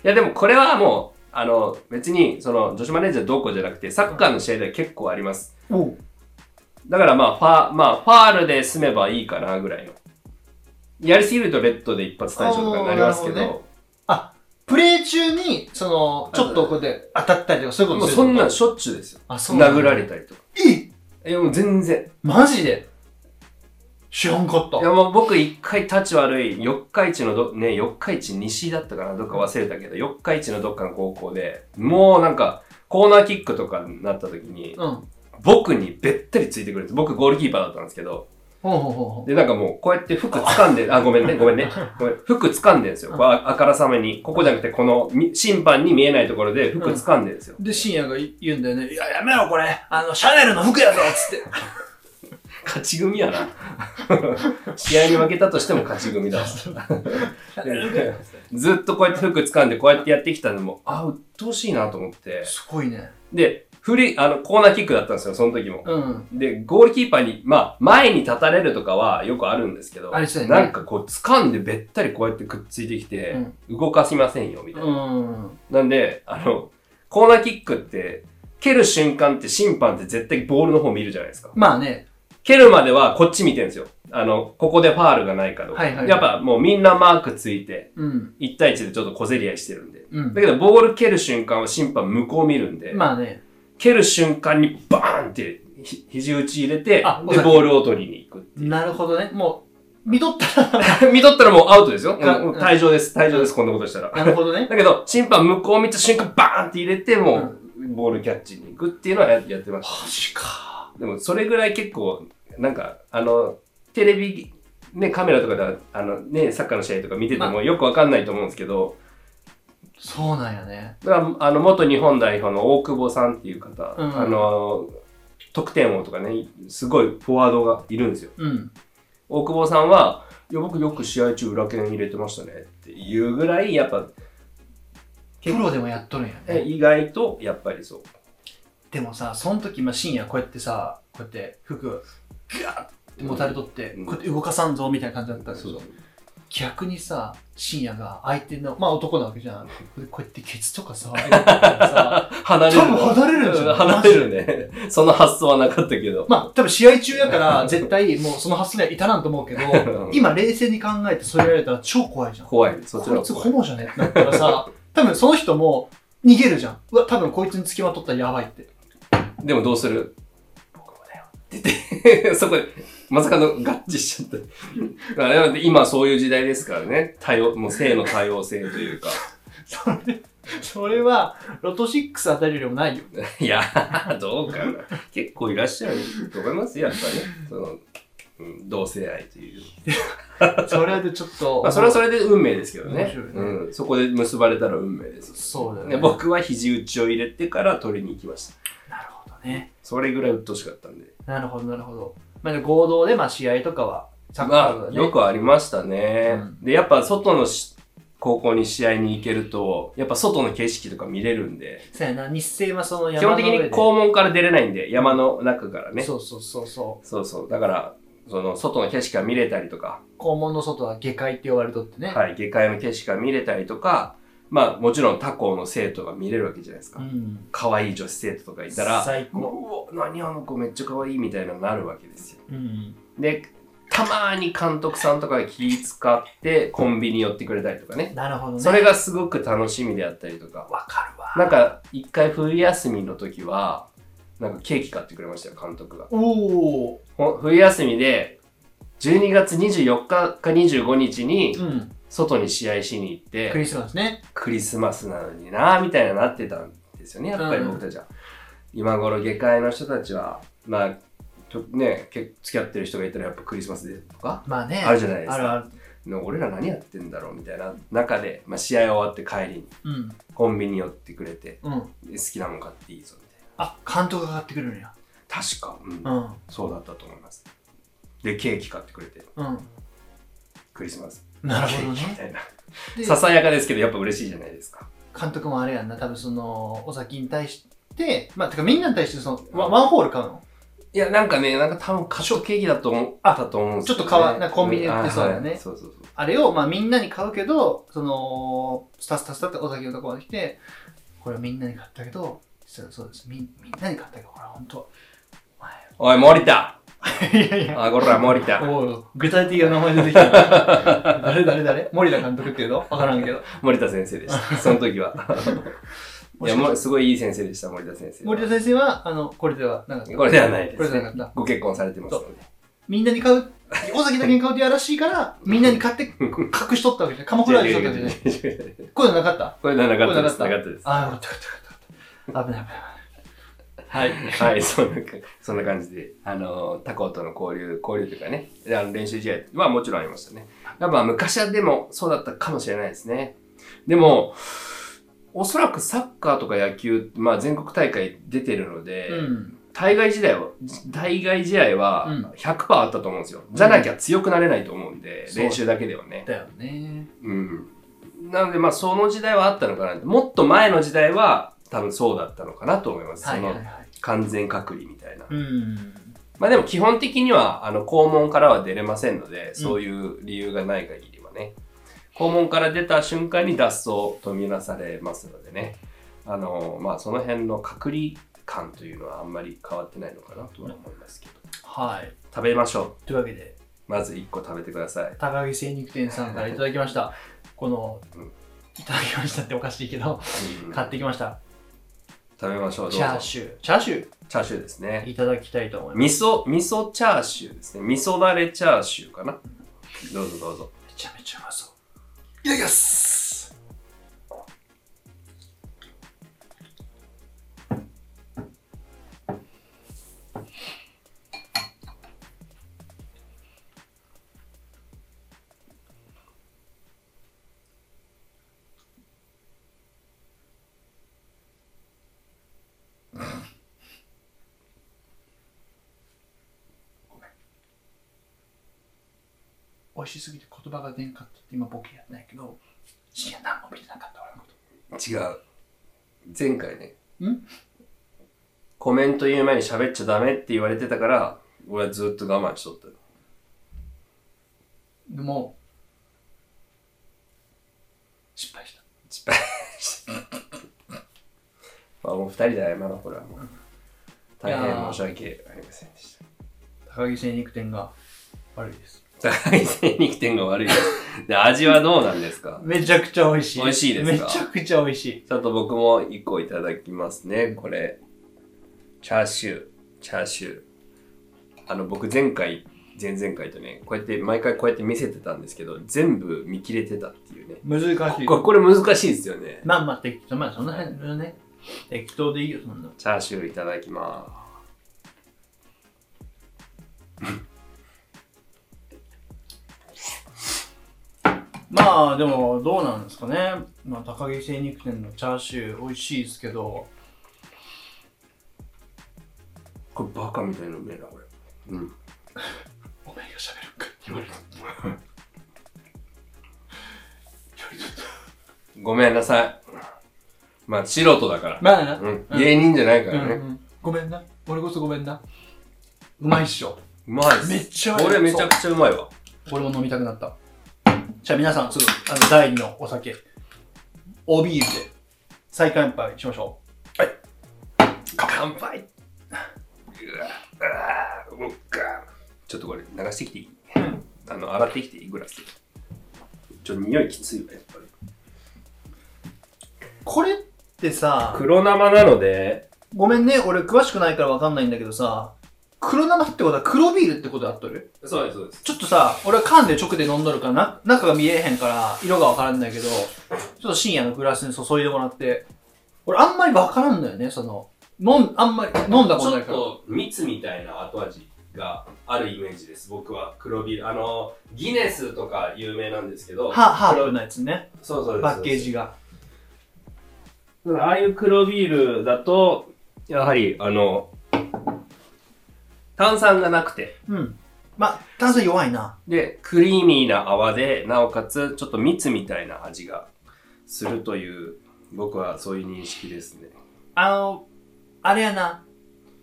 [SPEAKER 1] や、でもこれはもう、あの、別に、その、女子マネージャーどうこうじゃなくて、サッカーの試合では結構あります。
[SPEAKER 2] おう。
[SPEAKER 1] だからまあ、ファー、まあ、ファールで済めばいいかな、ぐらいの。やりすぎるとレッドで一発対象とかになりますけど、
[SPEAKER 2] おーなるあ、プレイ中に、その、ちょっとこうやって当たったりとかそういうこ
[SPEAKER 1] も
[SPEAKER 2] と
[SPEAKER 1] う
[SPEAKER 2] する
[SPEAKER 1] そんなんしょっちゅうですよ。
[SPEAKER 2] あ、そうなんだ
[SPEAKER 1] 殴られたりとか。
[SPEAKER 2] え
[SPEAKER 1] いや、もう全然。
[SPEAKER 2] マジで知らんかった
[SPEAKER 1] いや、。もう僕一回立ち悪い、四日市のど、ね、四日市西だったかな、どっか忘れたけど、四日市のどっかの高校で、もうなんか、コーナーキックとかになった時に、
[SPEAKER 2] うん。
[SPEAKER 1] 僕にべったりついてくるんです。僕ゴールキーパーだったんですけど、
[SPEAKER 2] ほうほうほうほう。
[SPEAKER 1] で、なんかもう、こうやって服掴んで、あ、ごめんね、ごめんね。ごめん服掴んでんですよ。こうああからさまに。ここじゃなくて、この、み審判に見えないところで服掴んでんですよ。
[SPEAKER 2] で、深夜が言うんだよね。いや、やめろ、これ。あの、シャネルの服やぞつって。
[SPEAKER 1] 勝ち組やな。 試合に負けたとしても勝ち組だ。でずっとこうやって服掴んで、こうやってやってきたのも、あ、鬱陶しいなと思って。
[SPEAKER 2] すごいね。
[SPEAKER 1] で、フリー、あの、コーナーキックだったんですよ、その時も。
[SPEAKER 2] うん。
[SPEAKER 1] で、ゴールキーパーに、まあ、前に立たれるとかはよくあるんですけど、
[SPEAKER 2] ありそうやね
[SPEAKER 1] なんかこう、掴んでべったりこうやってくっついてきて、動かしませんよ、みたいな。
[SPEAKER 2] うん。
[SPEAKER 1] なんで、あの、コーナーキックって、蹴る瞬間って審判って絶対ボールの方見るじゃないですか。
[SPEAKER 2] まあね。
[SPEAKER 1] 蹴るまではこっち見てるんですよ。あの、ここでファールがないかどうか。
[SPEAKER 2] はいはい
[SPEAKER 1] やっぱもうみんなマークついて、
[SPEAKER 2] うん。
[SPEAKER 1] 1対1でちょっと小競り合いしてるんで。
[SPEAKER 2] うん
[SPEAKER 1] だ。けど、ボール蹴る瞬間は審判向こう見るんで、
[SPEAKER 2] まあね。
[SPEAKER 1] 蹴る瞬間にバーンってひ肘打ち入れて、で、
[SPEAKER 2] あ
[SPEAKER 1] ボールを取りに行くっていう。
[SPEAKER 2] なるほどね。もう、見とったら。
[SPEAKER 1] 見とったらもうアウ トですよ。
[SPEAKER 2] うん
[SPEAKER 1] もう退場です。退場です。こんなことしたら。
[SPEAKER 2] なるほどね。
[SPEAKER 1] だけど、審判向こう見た瞬間バーンって入れて、もう、ボールキャッチに行くっていうのはややってまし
[SPEAKER 2] マジか。
[SPEAKER 1] た。でも、それぐらい結構、なんか、あの、テレビ、ね、カメラとかでは、あの、ね、サッカーの試合とか見てて
[SPEAKER 2] ま
[SPEAKER 1] もよくわかんないと思うんですけど、
[SPEAKER 2] そうなんやね。
[SPEAKER 1] だからあの、元日本代表の大久保さんっていう方、
[SPEAKER 2] うん
[SPEAKER 1] あの、得点王とかね、すごいフォワードがいるんですよ。
[SPEAKER 2] うん。
[SPEAKER 1] 大久保さんは、いや、僕よく試合中裏剣入れてましたねっていうぐらい、やっぱ、
[SPEAKER 2] プロでもやっとるんや
[SPEAKER 1] え
[SPEAKER 2] ね。
[SPEAKER 1] 意外と、やっぱりそう。
[SPEAKER 2] でもさ、その時、まあ深夜こうやってさ、こうやって服、ぐわーってもたれとって、
[SPEAKER 1] うん
[SPEAKER 2] こうやって動かさんぞみたいな感じだったけど、逆にさ深夜が相手のまあ男なわけじゃん こうやってケツとかささ
[SPEAKER 1] 離れる
[SPEAKER 2] 多分離れるんじゃない
[SPEAKER 1] 離れるね。その発想はなかったけど。
[SPEAKER 2] まあ多分試合中やから絶対もうその発想には至らんと思う けど今冷静に考えてそれやられたら超怖いじゃんこ
[SPEAKER 1] 怖い。そっちの
[SPEAKER 2] い
[SPEAKER 1] 方
[SPEAKER 2] つ
[SPEAKER 1] が
[SPEAKER 2] ホモじゃねってなったらさ多分その人も逃げるじゃんうわ多分こいつにつきまとったらやばいって
[SPEAKER 1] でもどうする僕もだよ。って言って、 そこで、まさかの合致しちゃった。だから今そういう時代ですからね。対応、もう性の多様性というか。
[SPEAKER 2] それそれはロト6当たりよりもないよ
[SPEAKER 1] いや、どうかな。結構いらっしゃると思いますよ、やっぱね。その、うん、同性愛という。
[SPEAKER 2] それでちょっと、
[SPEAKER 1] まあ、それはそれで運命ですけどね。
[SPEAKER 2] 面白いね
[SPEAKER 1] うん。そこで結ばれたら運命です。
[SPEAKER 2] そうだよね
[SPEAKER 1] ね、僕は肘打ちを入れてから取りに行きました。
[SPEAKER 2] なるほどね
[SPEAKER 1] それぐらい鬱陶しかったんで。
[SPEAKER 2] なるほどなるほど、まあ、で合同でまあ試合とかはサッカーと
[SPEAKER 1] ま
[SPEAKER 2] か
[SPEAKER 1] あ、
[SPEAKER 2] ね
[SPEAKER 1] よくありましたね。
[SPEAKER 2] うん
[SPEAKER 1] で、やっぱ外のし高校に試合に行けると、やっぱ外の景色とか見れるんで、
[SPEAKER 2] そうやな、日生はその
[SPEAKER 1] 基本
[SPEAKER 2] 山の
[SPEAKER 1] 的
[SPEAKER 2] 上で
[SPEAKER 1] に校門から出れないんで、山の中からね。
[SPEAKER 2] そうそうそうそ
[SPEAKER 1] そうそう。だから、その外の景色が見れたりとか、
[SPEAKER 2] う。校門の外は下界って呼ばれとってね。
[SPEAKER 1] はい、下界の景色が見れたりとか、まあ、もちろん他校の生徒が見れるわけじゃないですか
[SPEAKER 2] う。ん。
[SPEAKER 1] 可愛い女子生徒とかいたら、
[SPEAKER 2] 最
[SPEAKER 1] う
[SPEAKER 2] 高。
[SPEAKER 1] わ、何あの子めっちゃ可愛いみたいなのになるわけですよ。
[SPEAKER 2] うん。
[SPEAKER 1] でたまに監督さんとかが気使ってコンビニ寄ってくれたりとかね
[SPEAKER 2] なるほどね。
[SPEAKER 1] それがすごく楽しみであったりとか
[SPEAKER 2] わかるわ。
[SPEAKER 1] なんか一回冬休みの時はなんかケーキ買ってくれましたよ監督が
[SPEAKER 2] おお。
[SPEAKER 1] ほ冬休みで12月24日か25日に
[SPEAKER 2] うん。
[SPEAKER 1] 外に試合しに行って、
[SPEAKER 2] クリスマスね。
[SPEAKER 1] クリスマスなのになみたいななってたんですよねやっぱり
[SPEAKER 2] うん
[SPEAKER 1] 僕たちは、今頃下界の人たちはまあちょねけ付き合ってる人がいたらやっぱクリスマスデーとか
[SPEAKER 2] まあね。
[SPEAKER 1] あるじゃないですか
[SPEAKER 2] あるある。
[SPEAKER 1] の俺ら何やってんだろうみたいな中で、まあ、試合終わって帰りに
[SPEAKER 2] うん。
[SPEAKER 1] コンビニ寄ってくれて
[SPEAKER 2] うん。
[SPEAKER 1] で好きなもん買っていいぞみたい
[SPEAKER 2] あ、監督が買ってくるんや。
[SPEAKER 1] な確か、うん
[SPEAKER 2] うん。
[SPEAKER 1] そうだったと思いますでケーキ買ってくれて
[SPEAKER 2] うん。
[SPEAKER 1] クリスマス
[SPEAKER 2] なるほ
[SPEAKER 1] ケ
[SPEAKER 2] ど
[SPEAKER 1] ーキみ
[SPEAKER 2] ね。
[SPEAKER 1] たいな
[SPEAKER 2] で
[SPEAKER 1] ささやかですけどやっぱ嬉しいじゃないですか
[SPEAKER 2] 監督もあれやんな、多分その、お酒に対して、まあ、てかみんなに対してその、ワンワンホール買うの
[SPEAKER 1] いや、なんかね、なんか多分カットケーキだと思ったと思うんですよ
[SPEAKER 2] ちょっと変わなんかコンビニで売ってそうだよね
[SPEAKER 1] んあはいそうそうそう。
[SPEAKER 2] あれを、まあ、みんなに買うけど、その、スタスタスタってお酒のところまで来て、これみんなに買ったけど、実はそうです。みみんなに買ったけど、ほら、ほんと。
[SPEAKER 1] おい、森田
[SPEAKER 2] いやいや。
[SPEAKER 1] あ、こら、森田
[SPEAKER 2] おう具体的な名前出てきた。誰誰誰森田監督っていうのわからんけど。
[SPEAKER 1] 森田先生でした。その時は。いや、もうすごいいい先生でした、森田先生。
[SPEAKER 2] 森田先生は、あの、これではなかった。
[SPEAKER 1] これではないです、ね。
[SPEAKER 2] これではなかった。
[SPEAKER 1] ご結婚されてますので。
[SPEAKER 2] みんなに買う、尾崎だけに買うってやらしいから、みんなに買って隠しとったわけじゃん。カモフラージュしとったわけじゃない。こういうのなかった
[SPEAKER 1] これではなかったです。
[SPEAKER 2] こ
[SPEAKER 1] な
[SPEAKER 2] れ
[SPEAKER 1] か
[SPEAKER 2] な
[SPEAKER 1] ったです。
[SPEAKER 2] ああ、よかったよかったよかった。危ない危ない
[SPEAKER 1] はい。はい、そんなか、そんな感じで、あの、他校との交流、交流というかね、あの練習試合はもちろんありましたね。まあ、昔はでもそうだったかもしれないですね。でも、おそらくサッカーとか野球、まあ全国大会出てるので、
[SPEAKER 2] 危ない。うん。
[SPEAKER 1] 対外時代は、対外試合は
[SPEAKER 2] うん
[SPEAKER 1] 100%あったと思うんですよ。じゃなきゃ強くなれないと思うんで、
[SPEAKER 2] そう
[SPEAKER 1] 練習だけではね。
[SPEAKER 2] だよね。
[SPEAKER 1] うん。なので、まあその時代はあったのかなって。もっと前の時代は多分そうだったのかなと思います。
[SPEAKER 2] はいはい
[SPEAKER 1] そ
[SPEAKER 2] は
[SPEAKER 1] の
[SPEAKER 2] い。
[SPEAKER 1] 完全隔離みたいな。
[SPEAKER 2] うん。
[SPEAKER 1] まあでも基本的にはあの校門からは出れませんので、そういう理由がない限りはね、校門から出た瞬間に脱走とみなされますのでね、あのまあその辺の隔離感というのはあんまり変わってないのかなとは思いますけど、
[SPEAKER 2] はい。
[SPEAKER 1] 食べましょ
[SPEAKER 2] というわけで、
[SPEAKER 1] う。まず1個食べてください。
[SPEAKER 2] 高木精肉店さんからいただきました。この
[SPEAKER 1] うん、
[SPEAKER 2] いただきましたっておかしいけど、
[SPEAKER 1] うん
[SPEAKER 2] 買ってきました。
[SPEAKER 1] 食べましょう。どうぞ
[SPEAKER 2] チャーシュー。チャーシュ
[SPEAKER 1] チャーシューですね
[SPEAKER 2] ー。いただきたいと思いま
[SPEAKER 1] 味噌、味噌チャーシューですね。味噌だれチャーシューかな。どうぞどうぞ。
[SPEAKER 2] す。めちゃめちゃうまそう。いただきます美味しすぎて言葉が出んかったって今ボケやってないけど、深夜何も見てなかった俺のこと。
[SPEAKER 1] 違う。前回ね。
[SPEAKER 2] ん
[SPEAKER 1] コメント言う前に喋っちゃダメって言われてたから、俺はずっと我慢しとった。
[SPEAKER 2] でも、失敗した。
[SPEAKER 1] 失敗した。まあもう二人で謝ろう、これはもう。大
[SPEAKER 2] い
[SPEAKER 1] 変
[SPEAKER 2] やー
[SPEAKER 1] 申し訳ありませんでし
[SPEAKER 2] 高木精肉店が悪いです。
[SPEAKER 1] た。高い精肉店が悪いです。で、味はどうなんですか
[SPEAKER 2] めちゃくちゃ美味しい。
[SPEAKER 1] 美味しいですか
[SPEAKER 2] めちゃくちゃ美味しい。
[SPEAKER 1] ちょっと僕も一個いただきますね、これ。チャーシュー、チャーシュー。あの、僕前回、前々回とね、こうやって、毎回こうやって見せてたんですけど、全部見切れてたっていうね。
[SPEAKER 2] 難しい。
[SPEAKER 1] これこれ難しいですよね。
[SPEAKER 2] まあまあ適当、まあその辺のね、適当でいいよ、そんな。
[SPEAKER 1] チャーシューいただきま
[SPEAKER 2] まあでもどうなんですかね。まあ高木精肉店のチャーシュー美味しいですけど、
[SPEAKER 1] す。これバカみたいなうめえな、これ。うん。
[SPEAKER 2] お前が喋るんかって言われた。
[SPEAKER 1] ごめんなさい。まあ、素人だから。
[SPEAKER 2] まあな。
[SPEAKER 1] うん。芸人じゃないか
[SPEAKER 2] う、
[SPEAKER 1] らね。うん
[SPEAKER 2] ごめんな。俺こそごめんな。うまいっしょ。
[SPEAKER 1] まいっす。
[SPEAKER 2] めっちゃ
[SPEAKER 1] これめちゃくちゃうまいわ。
[SPEAKER 2] 俺も飲みたくなった。じゃあ皆さん、すぐ、あの、第2のお酒、おビールで再乾杯しましょ
[SPEAKER 1] 乾杯うわうわうっかちょっとこれ流してきていいあの洗ってきていいグラスちょっと匂いきついわやっぱり
[SPEAKER 2] う。これってさ、
[SPEAKER 1] 黒生なので
[SPEAKER 2] ごめんね、俺詳しくないからわかんないんだけどさ、黒生ってことは黒ビールってことだっとる
[SPEAKER 1] そうです、そうです。
[SPEAKER 2] ちょっとさ、俺は缶で直で飲んどるからな、中が見えへんから、色がわからんだけど、ちょっと深夜のグラスに注いでもらって、俺あんまりわからんのよね、その、飲ん、あんまり飲んだ
[SPEAKER 1] ち
[SPEAKER 2] こと
[SPEAKER 1] ょ
[SPEAKER 2] ない
[SPEAKER 1] っ
[SPEAKER 2] から。
[SPEAKER 1] と蜜みたいな後味があるイメージです、僕は。黒ビール。あの、ギネスとか有名なんですけど、
[SPEAKER 2] ハハー
[SPEAKER 1] 黒
[SPEAKER 2] ブのやつね、
[SPEAKER 1] そうそうです。
[SPEAKER 2] パッケージが。
[SPEAKER 1] だからああいう黒ビールだと、やはり、あの、炭酸がなくて、
[SPEAKER 2] うん。まあ、炭酸弱いな。
[SPEAKER 1] で、クリーミーな泡で、なおかつ、ちょっと蜜みたいな味がするという、僕はそういう認識ですね。
[SPEAKER 2] あの、あれやな、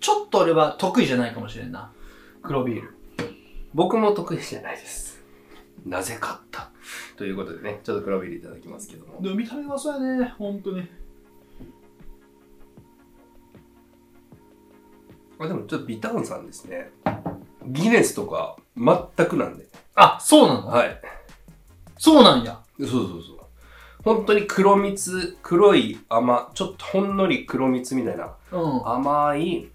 [SPEAKER 2] ちょっと俺は得意じゃないかもしれんな。黒ビール。
[SPEAKER 1] 僕も得意じゃないです。なぜかった。ということでね、ちょっと黒ビールいただきますけども。
[SPEAKER 2] でも見た目がそうやね、ほんとに。
[SPEAKER 1] あでもちょっとビターンさんですね。ギネスとか全くなんで。
[SPEAKER 2] あ、そうなんだ。
[SPEAKER 1] はい。
[SPEAKER 2] そうなんや。
[SPEAKER 1] そうそうそう。本当に黒蜜、黒い甘、ちょっとほんのり黒蜜みたいな
[SPEAKER 2] うん。
[SPEAKER 1] 甘い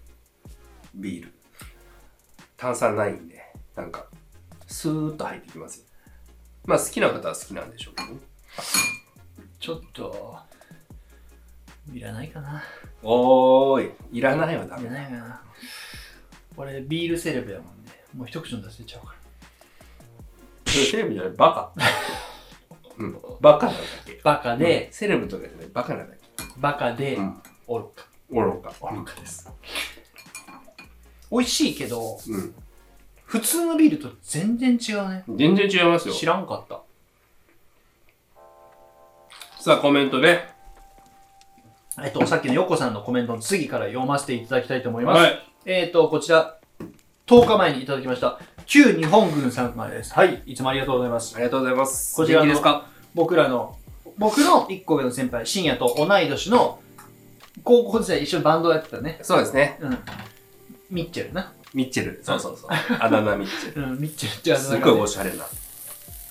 [SPEAKER 1] ビール。炭酸ないんで、なんか、スーッと入ってきますよ。まあ好きな方は好きなんでしょうけどね。
[SPEAKER 2] ちょっと、いらないかな。
[SPEAKER 1] おーい、いらないわ、ダ
[SPEAKER 2] い
[SPEAKER 1] メ。
[SPEAKER 2] らないかな。俺、ビールセレブやもんね。もう一口飲んだら捨てちゃうから。
[SPEAKER 1] セレブじゃない、バカ。うん、 バカなんだっけ。
[SPEAKER 2] バカで、
[SPEAKER 1] セレブとかじゃない、バカなんだっけ。
[SPEAKER 2] バカで、
[SPEAKER 1] うん
[SPEAKER 2] 愚か。
[SPEAKER 1] 愚か。愚かです。
[SPEAKER 2] 美味しいけど、
[SPEAKER 1] うん。
[SPEAKER 2] 普通のビールと全然違うね。
[SPEAKER 1] 全然違いますよ
[SPEAKER 2] 知らんかった。
[SPEAKER 1] さあコメントね
[SPEAKER 2] えっと、さっきのヨコさんのコメントの次から読ませていただきたいと思います。
[SPEAKER 1] はい
[SPEAKER 2] えっ、と、こちら、10日前にいただきました、旧日本軍さんからです。はい、いつもありがとうございます。
[SPEAKER 1] ありがとうございます
[SPEAKER 2] こちらの
[SPEAKER 1] 元気ですか
[SPEAKER 2] 僕らの、僕の1個上の先輩、深夜と同い年の、高校時代一緒にバンドをやってたね。
[SPEAKER 1] そうですね
[SPEAKER 2] うん。ミッチェルな。
[SPEAKER 1] ミッチェルそうそうそうあだ名ミッチェ
[SPEAKER 2] うん、ミッチェルってや
[SPEAKER 1] ル
[SPEAKER 2] つ
[SPEAKER 1] す
[SPEAKER 2] だ
[SPEAKER 1] っ
[SPEAKER 2] か
[SPEAKER 1] ごい
[SPEAKER 2] らね
[SPEAKER 1] おしゃれな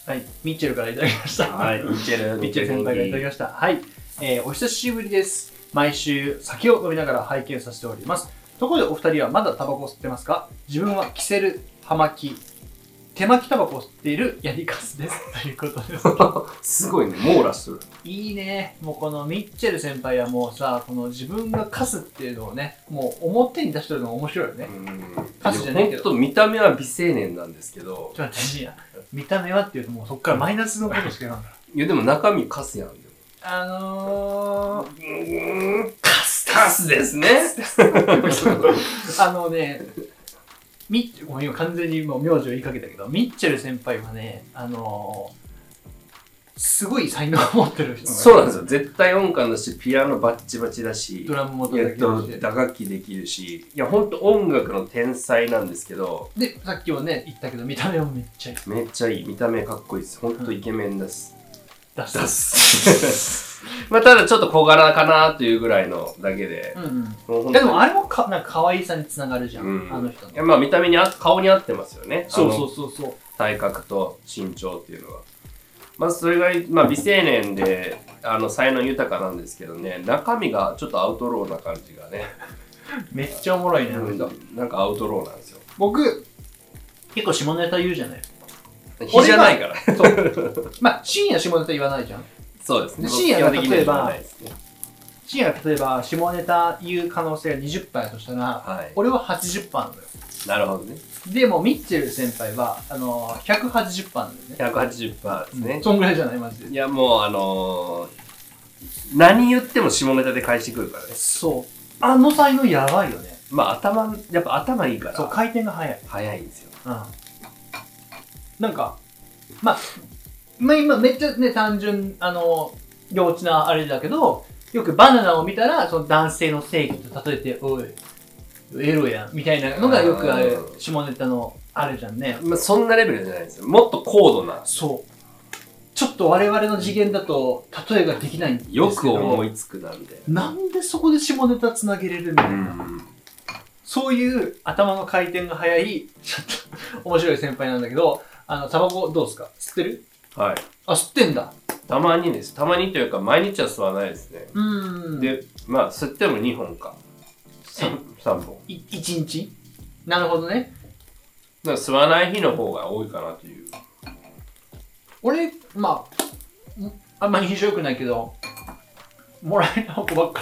[SPEAKER 2] はい、ミッチェルからいただきました。
[SPEAKER 1] はいミッチェル
[SPEAKER 2] ミッチェル先輩からい
[SPEAKER 1] ミッチェ
[SPEAKER 2] ただき
[SPEAKER 1] ル元
[SPEAKER 2] ました。はい、えーお久しぶりです。毎週酒を飲みながら拝見させております。ところでお二人はまだタバコを吸ってますか自分はキセル、葉巻、手巻きタバコを吸っているやりかす です。ということです。
[SPEAKER 1] 気すごいね網羅する
[SPEAKER 2] いいね。もうこのミッチェル先輩はもうさ、この自分がカスっていうのをね、もう表に出してるのが面白いよね。歌手じゃないけど
[SPEAKER 1] 本当見た目は美青年なんですけど
[SPEAKER 2] ちょっと待って、深夜見た目はっていうともうそっからマイナスのことしか言わんから。
[SPEAKER 1] いやでも中身カスやんでも
[SPEAKER 2] あのー、
[SPEAKER 1] うーんカスカスですね
[SPEAKER 2] あのね、ミッごめん、今完全にもう名字を言いかけたけど、ミッチェル先輩はね、あのー、すごい才能を持ってる人
[SPEAKER 1] そうなんですよ絶対音感だしピアノバッチバチだし
[SPEAKER 2] ドラムも
[SPEAKER 1] えっ
[SPEAKER 2] 叩きま
[SPEAKER 1] と
[SPEAKER 2] して。
[SPEAKER 1] 打楽器できるしいや本当音楽の天才なんですけど
[SPEAKER 2] で、さっきもね、言ったけど、見た目もめっちゃいい。
[SPEAKER 1] めっちゃいい見た目かっこいいですほんとイケメン です、
[SPEAKER 2] 出す。
[SPEAKER 1] すまあただちょっと小柄かなというぐらいのだけで
[SPEAKER 2] うんうん。
[SPEAKER 1] もうほんと
[SPEAKER 2] でもあれもか、なんか可愛さにつながるじゃん、
[SPEAKER 1] うん
[SPEAKER 2] あの人の
[SPEAKER 1] い。やまあ見た目にあ顔に合ってますよね
[SPEAKER 2] そうそううそうそう。
[SPEAKER 1] 体格と身長っていうのはまあそれぐらい、まあ、美青年であの才能豊かなんですけどね中身がちょっとアウトローな感じがね、
[SPEAKER 2] めっちゃおもろいね、あの
[SPEAKER 1] うん
[SPEAKER 2] 人。
[SPEAKER 1] なんかアウトローなんですよ
[SPEAKER 2] 僕、結構下ネタ言うじゃない。
[SPEAKER 1] 日じゃないから
[SPEAKER 2] まあ、深夜下ネタ言わないじゃん。
[SPEAKER 1] そうですね
[SPEAKER 2] 深夜が
[SPEAKER 1] 基本的に
[SPEAKER 2] 例えば
[SPEAKER 1] は言わないですね
[SPEAKER 2] 深夜が例えば下ネタ言う可能性が20%やとしたら、
[SPEAKER 1] はい
[SPEAKER 2] 俺は80%なのよ。
[SPEAKER 1] なるほどね
[SPEAKER 2] でも、ミッチェル先輩は、あのー、180%なんだよね。
[SPEAKER 1] 180%ですね、
[SPEAKER 2] そんぐらいじゃないマジ
[SPEAKER 1] い
[SPEAKER 2] で。
[SPEAKER 1] や、もうあのー何言っても下ネタで返してくるからね。
[SPEAKER 2] そう。あの才能やばいよね。
[SPEAKER 1] まあ頭、やっぱ頭いいか
[SPEAKER 2] そう、
[SPEAKER 1] ら、
[SPEAKER 2] 回転が速い。
[SPEAKER 1] 早いんですよ。
[SPEAKER 2] うん。なんか、まあ、まあ今めっちゃね、単純、あのー、幼稚なあれだけど、よくバナナを見たら、その男性の正義と例えて、おい、エロやん、みたいなのがよくある
[SPEAKER 1] う、ん
[SPEAKER 2] 下ネタのあれじゃんね。
[SPEAKER 1] まあそんなレベルじゃないんですよ。もっと高度な、
[SPEAKER 2] そう。ちょっと我々の次元だと、例えができないんですけど。
[SPEAKER 1] よく思いつくなんで。
[SPEAKER 2] なんでそこで下ネタつなげれるんだ、
[SPEAKER 1] うん。
[SPEAKER 2] そういう頭の回転が速い、ちょっと面白い先輩なんだけど、あの、タバコどうですか吸ってる
[SPEAKER 1] はい。
[SPEAKER 2] あ、吸ってんだ。
[SPEAKER 1] たまにです。たまにというか、毎日は吸わないですね。
[SPEAKER 2] うーん。、
[SPEAKER 1] で、まあ、吸っても2本か。3, 三本。
[SPEAKER 2] い1日なるほどね。
[SPEAKER 1] なんか吸わない日の方が多いかなという。
[SPEAKER 2] 俺、まあ、んあんまり印象良くないけど、もらえた箱ばっか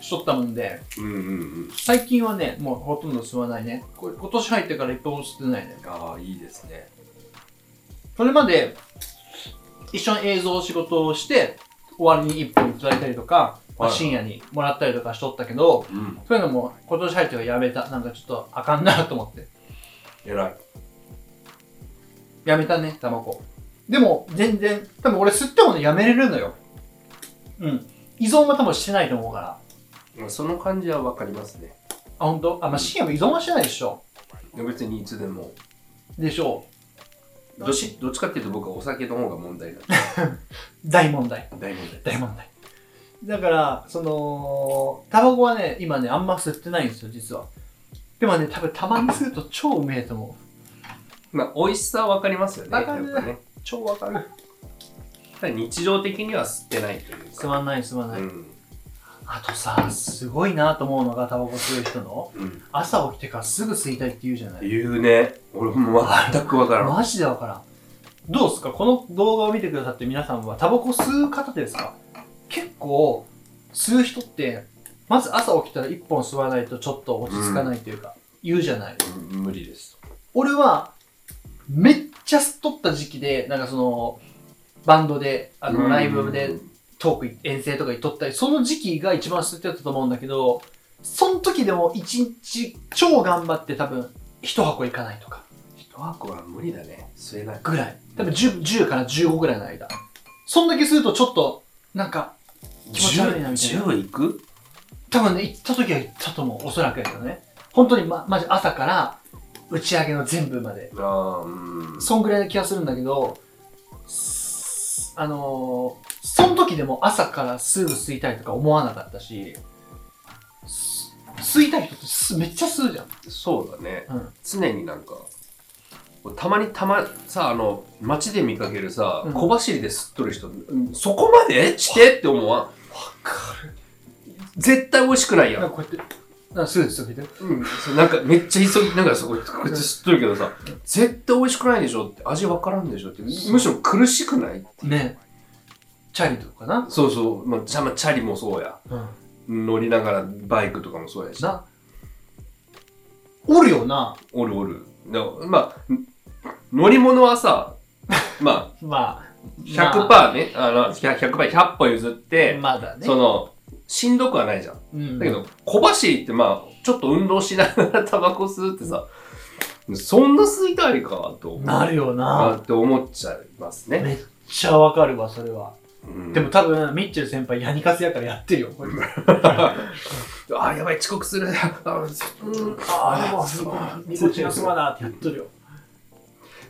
[SPEAKER 2] しとったもんで、
[SPEAKER 1] うんうんうん。
[SPEAKER 2] 最近はね、もうほとんど吸わないね。これ今年入ってから一本も吸ってないね。
[SPEAKER 1] ああ、いいですね。
[SPEAKER 2] それまで、一緒に映像を仕事をして、終わりに一本いただいたりとか、まあ
[SPEAKER 1] はい
[SPEAKER 2] 深夜にもらったりとかしとったけど、
[SPEAKER 1] うん。
[SPEAKER 2] そういうのも今年入ってはやめた。なんかちょっとあかんなと思って。
[SPEAKER 1] 偉い。
[SPEAKER 2] やめたね、タバコ。でも、全然、多分俺吸ってもね、やめれるのよ。うん。依存は多分してないと思うから。
[SPEAKER 1] まあその感じはわかりますね。
[SPEAKER 2] あ、ほんとあ、まあ、深夜も依存はしてないでしょ。
[SPEAKER 1] で別にいつでも。
[SPEAKER 2] でしょ
[SPEAKER 1] どっちどっちかっていうと僕はお酒の方が問題だ。
[SPEAKER 2] う。大問題。
[SPEAKER 1] 大問題。
[SPEAKER 2] 大問題。だから、その、タバコはね、今ね、あんま吸ってないんですよ、実は。でもね、多分たまに吸うと超うめえと思
[SPEAKER 1] まあ、美味しさはわかりますよね。
[SPEAKER 2] わかる
[SPEAKER 1] やっぱね。
[SPEAKER 2] う。超わかる。
[SPEAKER 1] ただ日常的には吸ってないという
[SPEAKER 2] 吸
[SPEAKER 1] か。
[SPEAKER 2] わない、吸わない。
[SPEAKER 1] うん。
[SPEAKER 2] あとさ、すごいなと思うのが、タバコ吸う人の。
[SPEAKER 1] うん。
[SPEAKER 2] 朝起きてからすぐ吸いたいって言うじゃない。
[SPEAKER 1] 言うね。俺も全くわからん。
[SPEAKER 2] マジでわからん。どうですかこの動画を見てくださって皆さんはタバコ吸う方ですか結構吸う人ってまず朝起きたら1本吸わないとちょっと落ち着かないというか、言うじゃない
[SPEAKER 1] うん無理です。
[SPEAKER 2] 俺はめっちゃ吸っとった時期でなんかそのバンドであのライブ
[SPEAKER 1] う
[SPEAKER 2] で
[SPEAKER 1] ん
[SPEAKER 2] トーク遠征とかに撮ったりその時期が一番吸ってたと思うんだけどその時でも1日超頑張って多分1箱いかないとか
[SPEAKER 1] 一箱は無理だね。吸えない。
[SPEAKER 2] ぐらい。多分 10, 10から15ぐらいの間。そんだけするとちょっと、なんか、気持ち悪いなみたいな
[SPEAKER 1] 10いく
[SPEAKER 2] 多分ね、行った時は行ったと思う。おそらくやけどね。本当にま、まじ朝から打ち上げの全部まで。
[SPEAKER 1] ああ、うん。
[SPEAKER 2] そんぐらいな気がするんだけど、すあのー、その時でも朝からすぐ吸いたいとか思わなかったし、す吸いたい人ってすめっちゃ吸うじゃん。
[SPEAKER 1] そうだね。
[SPEAKER 2] うん。
[SPEAKER 1] 常になんか、たまにたま、さ、あの、街で見かけるさ
[SPEAKER 2] うん、
[SPEAKER 1] 小走りで吸っとる人、そこまでしてって思わん。
[SPEAKER 2] か
[SPEAKER 1] 絶対美味しくないや
[SPEAKER 2] なん
[SPEAKER 1] ん。
[SPEAKER 2] かこうやって、なんかすぐ吸って。
[SPEAKER 1] うん、そうなんかめっちゃ急ぎながらそこ、こいつ吸っとるけどさ、絶対美味しくないでしょって、味わからんでしょって、むしろ苦しくない
[SPEAKER 2] ね。チャリとかな。
[SPEAKER 1] そうそう、まあ、チャまあチャリもそうや。
[SPEAKER 2] うん。
[SPEAKER 1] 乗りながらバイクとかもそうやし。
[SPEAKER 2] な。おるよな。
[SPEAKER 1] おるおる。だまあ、ん乗り物はさ、 ま
[SPEAKER 2] まあ。
[SPEAKER 1] あ、100%ね、あの、100 100倍、100歩譲って、
[SPEAKER 2] まだね。
[SPEAKER 1] その、しんどくはないじゃん。
[SPEAKER 2] うん
[SPEAKER 1] だけど、小走りってまあ、ちょっと運動しながら タバコ吸うってさ、そんな吸いたいかと思う。
[SPEAKER 2] なるよ
[SPEAKER 1] あ
[SPEAKER 2] な。
[SPEAKER 1] って思っちゃいますね。
[SPEAKER 2] めっちゃわかるわ、それは。
[SPEAKER 1] うん
[SPEAKER 2] でも多分、ミッチェル先輩、ヤニカツやからやってるよ。これ
[SPEAKER 1] あ、やばい、遅刻する。 あうん
[SPEAKER 2] ああ、でもすごい、ニコチンがすまなってやっとるよ。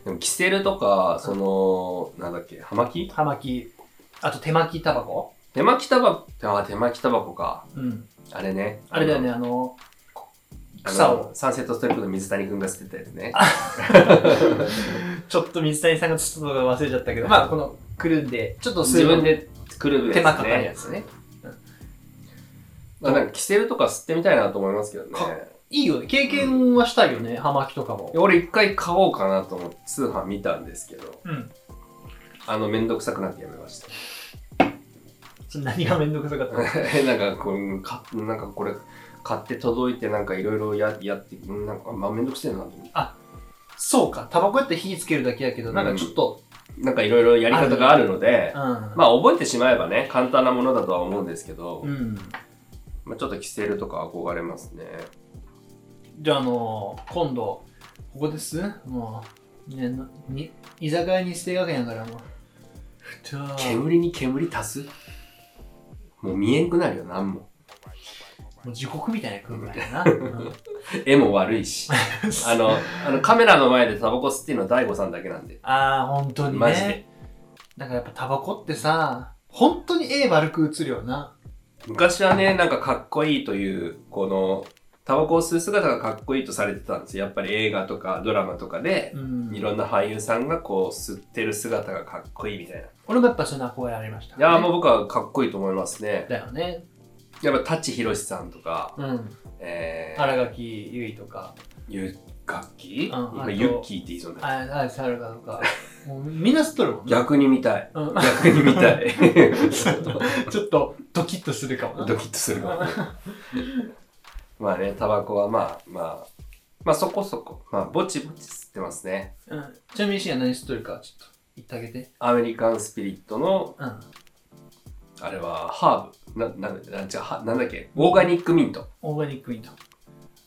[SPEAKER 1] でも、キセルとか、その、なんだっけ、葉巻
[SPEAKER 2] 葉巻。あと手巻きタバコ
[SPEAKER 1] 手巻きタバコ、あ、手巻きタバコか。
[SPEAKER 2] うん。
[SPEAKER 1] あれね。
[SPEAKER 2] あれだよね、あの、
[SPEAKER 1] あの。
[SPEAKER 2] 草を
[SPEAKER 1] サンセットストリップの水谷くんが吸ってたやつね。
[SPEAKER 2] ちょっと水谷さんがちょっと忘れちゃったけど、まあ、この、くるんで、ちょっと
[SPEAKER 1] 自分でくるやつね。
[SPEAKER 2] 手間かかるやつね。
[SPEAKER 1] あなんか、キセルとか吸ってみたいなと思いますけどね
[SPEAKER 2] か。いいよね。経験はしたいよね、葉巻とかも。
[SPEAKER 1] 俺一回買おうかなと思って通販見たんですけど、
[SPEAKER 2] うん。
[SPEAKER 1] あの、めんどくさくなってやめました。
[SPEAKER 2] それ何がめんどくさかったの
[SPEAKER 1] なんかこうか、なんかこれ、買って届いて、なんかいろいろややって、うんなんか、まあ、めんどくせえなと思って。
[SPEAKER 2] そうか、タバコやって火つけるだけやけど、なんかちょっと、
[SPEAKER 1] なんかいろいろやり方があるので
[SPEAKER 2] う、ん。ま
[SPEAKER 1] まあ覚えてしまえばね、簡単なものだとは思うんですけど、
[SPEAKER 2] うん。
[SPEAKER 1] まあ、ちょっとキセルとか憧れますね。
[SPEAKER 2] じゃあ、あのー今度、ここですもう、ね、なに居酒屋に捨てるわけやから、もう。ふたも
[SPEAKER 1] 煙に煙足すもう見えんくなるよ、なんも。
[SPEAKER 2] う地獄みたいな空間や な。うん
[SPEAKER 1] 絵も悪い し。あの、あのカメラの前でタバコ吸ってるのは大悟さんだけなんで。
[SPEAKER 2] ああ、本当にね。
[SPEAKER 1] マジで。
[SPEAKER 2] だからやっぱタバコってさ、本当に絵悪く映るよな。
[SPEAKER 1] 昔はね、なんかかっこいいという、この、タバコを吸う姿がかっこいいとされてたんですよ。やっぱり映画とかドラマとかで、
[SPEAKER 2] うん。
[SPEAKER 1] いろんな俳優さんがこう吸ってる姿がかっこいいみたいな。い
[SPEAKER 2] 俺もやっぱそういうの憧れありました、
[SPEAKER 1] やーもう僕はかっこいいと思いますね。
[SPEAKER 2] だよね。
[SPEAKER 1] やっぱ舘ひろしさんとか、
[SPEAKER 2] うん。
[SPEAKER 1] えー、
[SPEAKER 2] 新垣結衣とか。
[SPEAKER 1] ゆ楽器
[SPEAKER 2] うん
[SPEAKER 1] 今
[SPEAKER 2] あと
[SPEAKER 1] ユッキーって言いそうになった
[SPEAKER 2] ああ、サルダとか。 もうみんな知っとるもんね。
[SPEAKER 1] 逆に見たい。
[SPEAKER 2] うん
[SPEAKER 1] 逆に見たい。
[SPEAKER 2] ちょっとドキッとするかもな。
[SPEAKER 1] ドキッとする かもね。まあね、タバコはまあまあ、まあそこそこ、まあぼちぼち吸ってますね。
[SPEAKER 2] うんちなみにシンが何知っとるかちょっと言ってあげて。
[SPEAKER 1] アメリカンスピリットの、
[SPEAKER 2] うん。
[SPEAKER 1] あれはハーブ、な、な、な、違うはなんだっけ、オーガニックミント。
[SPEAKER 2] オーガニックインと。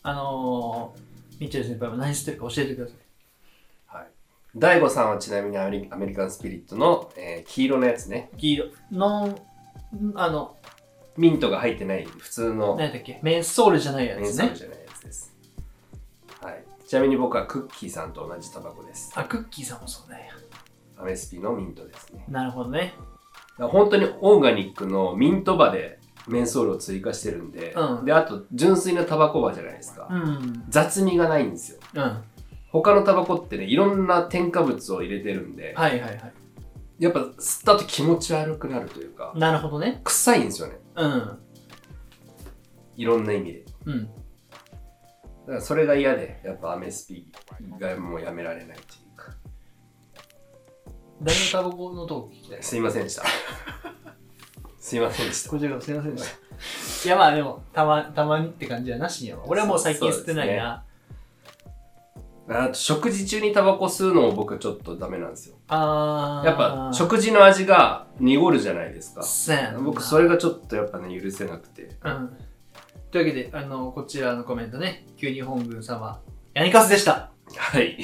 [SPEAKER 2] あのー、ミッチェル先輩も何知ってるか教えてください。
[SPEAKER 1] はい。大悟さんはちなみにアメリアメリカンスピリットの、えー黄色のやつね。
[SPEAKER 2] 黄色。ノン、あの、
[SPEAKER 1] ミントが入ってない普通の
[SPEAKER 2] 何だっけメンソールじゃないや
[SPEAKER 1] メン
[SPEAKER 2] つ
[SPEAKER 1] ソール
[SPEAKER 2] ね。
[SPEAKER 1] じゃないやつです。はい。ちなみに僕はクッキーさんと同じタバコです。
[SPEAKER 2] あ、クッキーさんもそうなんや。
[SPEAKER 1] アメスピのミントですね。
[SPEAKER 2] なるほどね。
[SPEAKER 1] だから本当にオーガニックのミントバでメンソールを追加してるんで、
[SPEAKER 2] うん
[SPEAKER 1] であと純粋なタバコバじゃないですか、
[SPEAKER 2] うん。うん。
[SPEAKER 1] 雑味がないんですよ
[SPEAKER 2] はい
[SPEAKER 1] 他のタバコってねいろんな添加物を入れてるんで、
[SPEAKER 2] はいはい。
[SPEAKER 1] やっぱ吸ったと気持ち悪くなるというか
[SPEAKER 2] なるほどね。
[SPEAKER 1] 臭いんですよね
[SPEAKER 2] うん。
[SPEAKER 1] いろんな意味で
[SPEAKER 2] うん。
[SPEAKER 1] だからそれが嫌でやっぱアメスピがもうやめられないというか
[SPEAKER 2] 誰のタバコのトーク聞きたい
[SPEAKER 1] すいませんでしたすいませんでした
[SPEAKER 2] こちらこそすいませんでした。い やまあでも、たま、たまにって感じやな、深夜は。俺はもう最近吸ってないな。
[SPEAKER 1] あと食事中にタバコ吸うのも僕ちょっとダメなんですよ
[SPEAKER 2] あー。
[SPEAKER 1] やっぱ食事の味が濁るじゃないですか
[SPEAKER 2] そうやな
[SPEAKER 1] 僕それがちょっとやっぱね許せなくて
[SPEAKER 2] うん。というわけで、あの、こちらのコメントね、急に本軍様、ヤニカスでした。
[SPEAKER 1] はい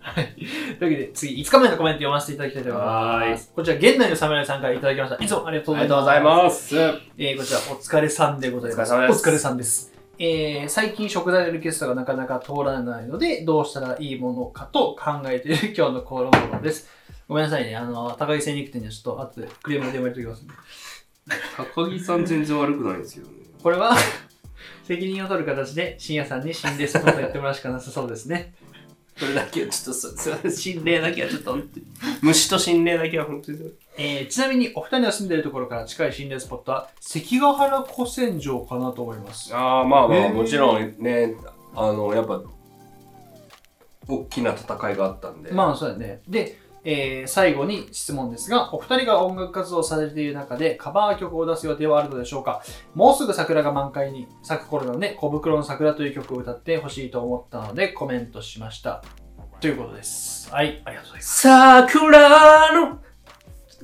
[SPEAKER 2] はい。というわけで、次、5日目のコメント読ませていただきたいと思います。こちら、現代の侍さんからいただきました。いつもありがとうございます。
[SPEAKER 1] ます
[SPEAKER 2] えー、こちら、お疲れさんでございます。
[SPEAKER 1] お疲れ様です
[SPEAKER 2] お疲れさんです。えー、最近食材のリクエストがなかなか通らないので、どうしたらいいものかと考えている今 日のコーナーです。ごめんなさいね、あの、高木精肉店にはちょっと後でクレームで電話しておきます。
[SPEAKER 1] 高木さん全然悪くないですよね
[SPEAKER 2] これは 責任を取る形で深夜さんに心霊スポットを言ってもらうしかなさそうですね。
[SPEAKER 1] それだけはちょっとすすいません心霊だけはちょっと本当に虫と心霊だけは本当に
[SPEAKER 2] えーちなみにお二人が住んでいるところから近い心霊スポットは関ヶ原古戦場かなと思います。
[SPEAKER 1] ああまあまあ、
[SPEAKER 2] えー
[SPEAKER 1] もちろんねあのやっぱ大きな戦いがあったんで、
[SPEAKER 2] まあそうだね。で、えー最後に質問ですが、お二人が音楽活動をされている中でカバー曲を出す予定はあるのでしょうかもうすぐ桜が満開に咲く頃なので、小袋の桜という曲を歌ってほしいと思ったのでコメントしました。ということです。はい、ありがとうございます。
[SPEAKER 1] 桜の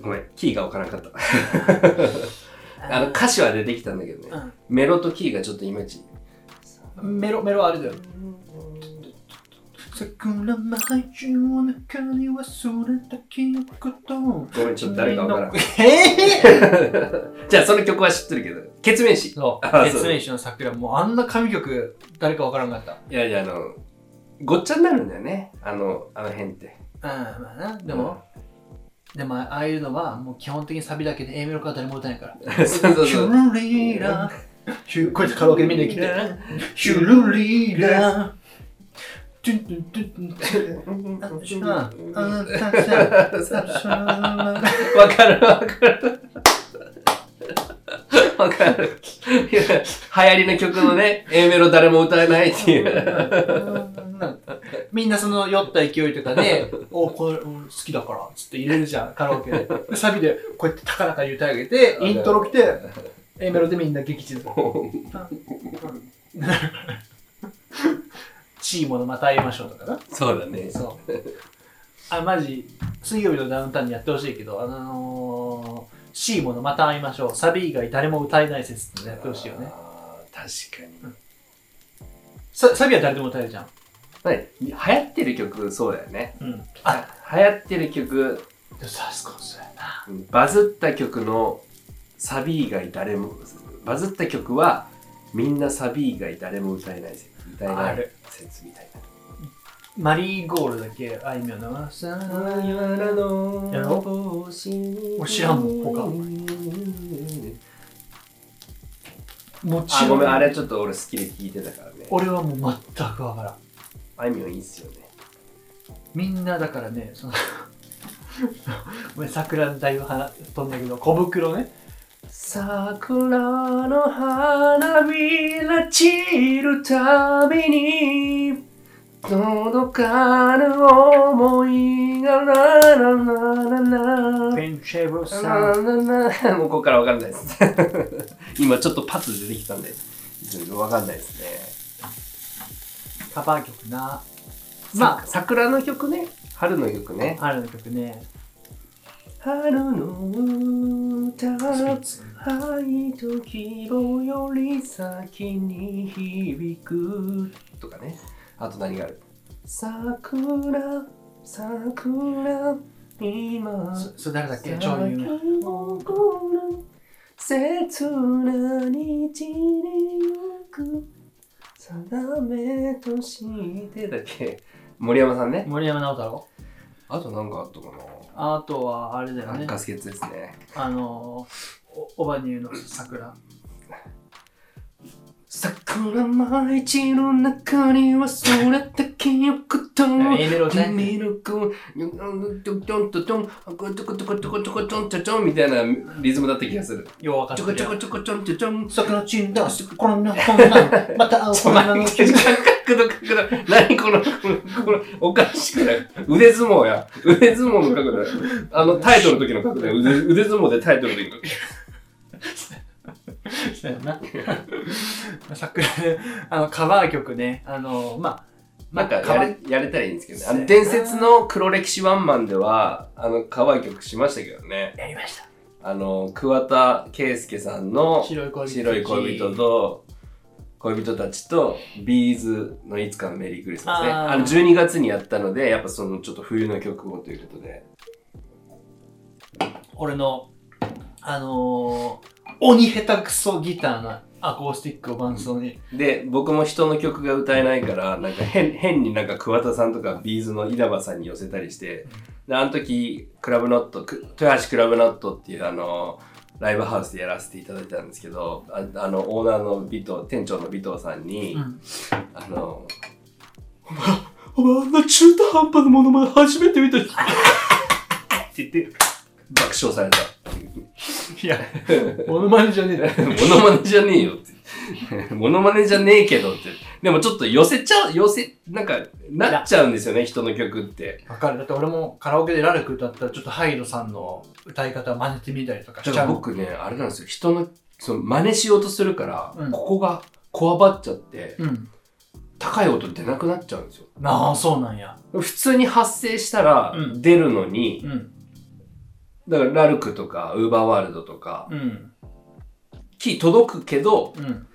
[SPEAKER 1] ごめんキーがわからなかったあの歌詞は出てきたんだけどね、
[SPEAKER 2] うん
[SPEAKER 1] メロとキーがちょっとイメージ
[SPEAKER 2] メロメロあれだよ。桜舞いの中にはそれだけのことを
[SPEAKER 1] ごめんちょっと誰かわからん
[SPEAKER 2] え ぇ、
[SPEAKER 1] じゃあその曲は知ってるけど、決面詞。
[SPEAKER 2] そう、
[SPEAKER 1] あそう
[SPEAKER 2] 月面師の桜、もうあんな神曲、誰かわからんかった。
[SPEAKER 1] いやいや、あの、ごっちゃになるんだよね、あの、あの辺って。
[SPEAKER 2] うん、まあな、でも、でもああいうのはもう基本的にサビだけで A メロから誰も歌えないから。
[SPEAKER 1] そうそう
[SPEAKER 2] ヒ
[SPEAKER 1] そ
[SPEAKER 2] ュ
[SPEAKER 1] う。
[SPEAKER 2] ルリーラヒュこれカラオケでみんな聞いて。ヒュルリーラトゥントゥントゥントゥントゥンああたさささ
[SPEAKER 1] わかるわかる。わかる。いや流行りの曲のね、A メロ誰も歌えないっていう。
[SPEAKER 2] みんなその酔った勢いとかで、おこれ俺好きだから、つって入れるじゃん、カラオケで。サビでこうやって高々言うてあげて、イントロ来て、A メロでみんな激地図。チーモのまた会いましょうとかな。
[SPEAKER 1] そうだね。
[SPEAKER 2] そう。 あ、マジ、水曜日のダウンタウンにやってほしいけど、あのー、シーモのまた会いましょう。サビ以外誰も歌えない説ってのやってほしいよね。
[SPEAKER 1] あー確かに。
[SPEAKER 2] ササビは誰でも歌えるじゃん。
[SPEAKER 1] はい流行ってる曲、そうだよね。
[SPEAKER 2] うん。あ、
[SPEAKER 1] 流行ってる曲、
[SPEAKER 2] でもサスコンそうやな。
[SPEAKER 1] バズった曲のサビ以外誰もバズった曲はみんなサビ以外誰も歌えない説歌えな
[SPEAKER 2] あ
[SPEAKER 1] い
[SPEAKER 2] る
[SPEAKER 1] 説みたいな。
[SPEAKER 2] マリーゴールドだっけ、あいみょんのな。さあやろ
[SPEAKER 1] もう
[SPEAKER 2] 知らんもん他もち
[SPEAKER 1] あ
[SPEAKER 2] ろん。
[SPEAKER 1] ごめんあれちょっと俺好きで聞いてたからね
[SPEAKER 2] 俺はもう全くわからん。
[SPEAKER 1] あいみょんいいっすよね
[SPEAKER 2] みんなだからね、その、ごめん、桜のだいぶ話飛んだけど、小袋ね。
[SPEAKER 1] 桜の花びら散るたびに届かぬ想いがラララララ
[SPEAKER 2] ペンチェブさん。
[SPEAKER 1] もうここからわかんないです。 今ちょっとパッと出てきたんで、わかんないですね。
[SPEAKER 2] カバー曲な。
[SPEAKER 1] ま
[SPEAKER 2] ま
[SPEAKER 1] あ、桜の曲ね、春の曲ね。
[SPEAKER 2] あ、あるの曲ね。
[SPEAKER 1] 春の歌、愛と希望より先に響く。とかね。あと何がある桜、桜、今。
[SPEAKER 4] そそれ誰だっけ超有名。
[SPEAKER 1] 切な日に行く定めとしてだっけ森山さんね
[SPEAKER 2] 森山直太朗。
[SPEAKER 1] あとなんかあったか
[SPEAKER 2] あとは、あれだよ
[SPEAKER 1] な
[SPEAKER 2] ね
[SPEAKER 1] なん。かスケッツですね
[SPEAKER 2] あのー、おオバニューの桜。
[SPEAKER 1] 桜舞い散る中にはそれだけよくと
[SPEAKER 2] エメロじゃない
[SPEAKER 1] 君の声トントントントントコトコトコトコトントントンみたいなリズムだった気がする
[SPEAKER 2] よう分か
[SPEAKER 1] ちょ
[SPEAKER 2] って
[SPEAKER 1] こ
[SPEAKER 2] る
[SPEAKER 1] ちょ
[SPEAKER 2] よ
[SPEAKER 1] こ。ちょこちょんちょちょん
[SPEAKER 2] 桜のチンだ。こんな、こんな。また会う、こんなの。
[SPEAKER 1] 角度角度何この、この、このおかしくない腕相撲や。腕相撲の角度あの、タイトルの時の角度や。腕腕相撲でタイトルの時の角
[SPEAKER 2] そうやな。桜、あの、カバー曲ね。あの、ま
[SPEAKER 1] 度。
[SPEAKER 2] あ、
[SPEAKER 1] なんか
[SPEAKER 2] カバ
[SPEAKER 1] や
[SPEAKER 2] ー
[SPEAKER 1] れ、やれたらいいんですけどね。あ
[SPEAKER 2] そうやな
[SPEAKER 1] の、伝説の黒歴史ワンマンでは、あの、可愛い曲しましたけどね。
[SPEAKER 2] やりました。
[SPEAKER 1] あの、桑田佳祐さんの
[SPEAKER 2] 白い恋人。
[SPEAKER 1] 白い恋人。と、恋人たちと、ビーズのいつかのメリークリスマスね。
[SPEAKER 2] あー
[SPEAKER 1] あの、12月にやったので、やっぱその、ちょっと冬の曲をということで。
[SPEAKER 2] 俺の、あのー、鬼下手くそギターのアコースティックを伴奏に。
[SPEAKER 1] で、僕も人の曲が歌えないから、なんか変、変になんか桑田さんとかビーズの稲葉さんに寄せたりして、で、あの時、クラブノット、く豊橋クラブノットっていうあの、ライブハウスでやらせていただいたんですけど、ああの、オーナーの尾藤、店長の尾藤さんに、
[SPEAKER 2] うん
[SPEAKER 1] あの、お前、お前あんな中途半端なものまで初めて見たって言って、爆笑された。
[SPEAKER 2] いや、モノマネじゃねえだろ。
[SPEAKER 1] モノマネじゃねえよって。 モノマネじゃねえけどって。でもちょっと寄せちゃう、寄せ、なんか、なっちゃうんですよね、人の曲って。
[SPEAKER 2] わかる。だって俺もカラオケでラルク歌ったら、ちょっとハイドさんの歌い方真似てみたりとかし
[SPEAKER 1] だ
[SPEAKER 2] ち
[SPEAKER 1] か
[SPEAKER 2] ゃ
[SPEAKER 1] ら
[SPEAKER 2] う。
[SPEAKER 1] 僕ね、あれなんですよ、人の、その真似しようとするから、
[SPEAKER 2] うん
[SPEAKER 1] ここがこわばっちゃって、
[SPEAKER 2] うん。
[SPEAKER 1] 高い音出なくなっちゃうんですよ。
[SPEAKER 2] なあ、そうなんや。
[SPEAKER 1] 普通に発声したら
[SPEAKER 2] うん
[SPEAKER 1] 出るのに、
[SPEAKER 2] うん。
[SPEAKER 1] だからラルクとか、ウーバーワールドとか、
[SPEAKER 2] うん。
[SPEAKER 1] キー届くけど、
[SPEAKER 2] うん。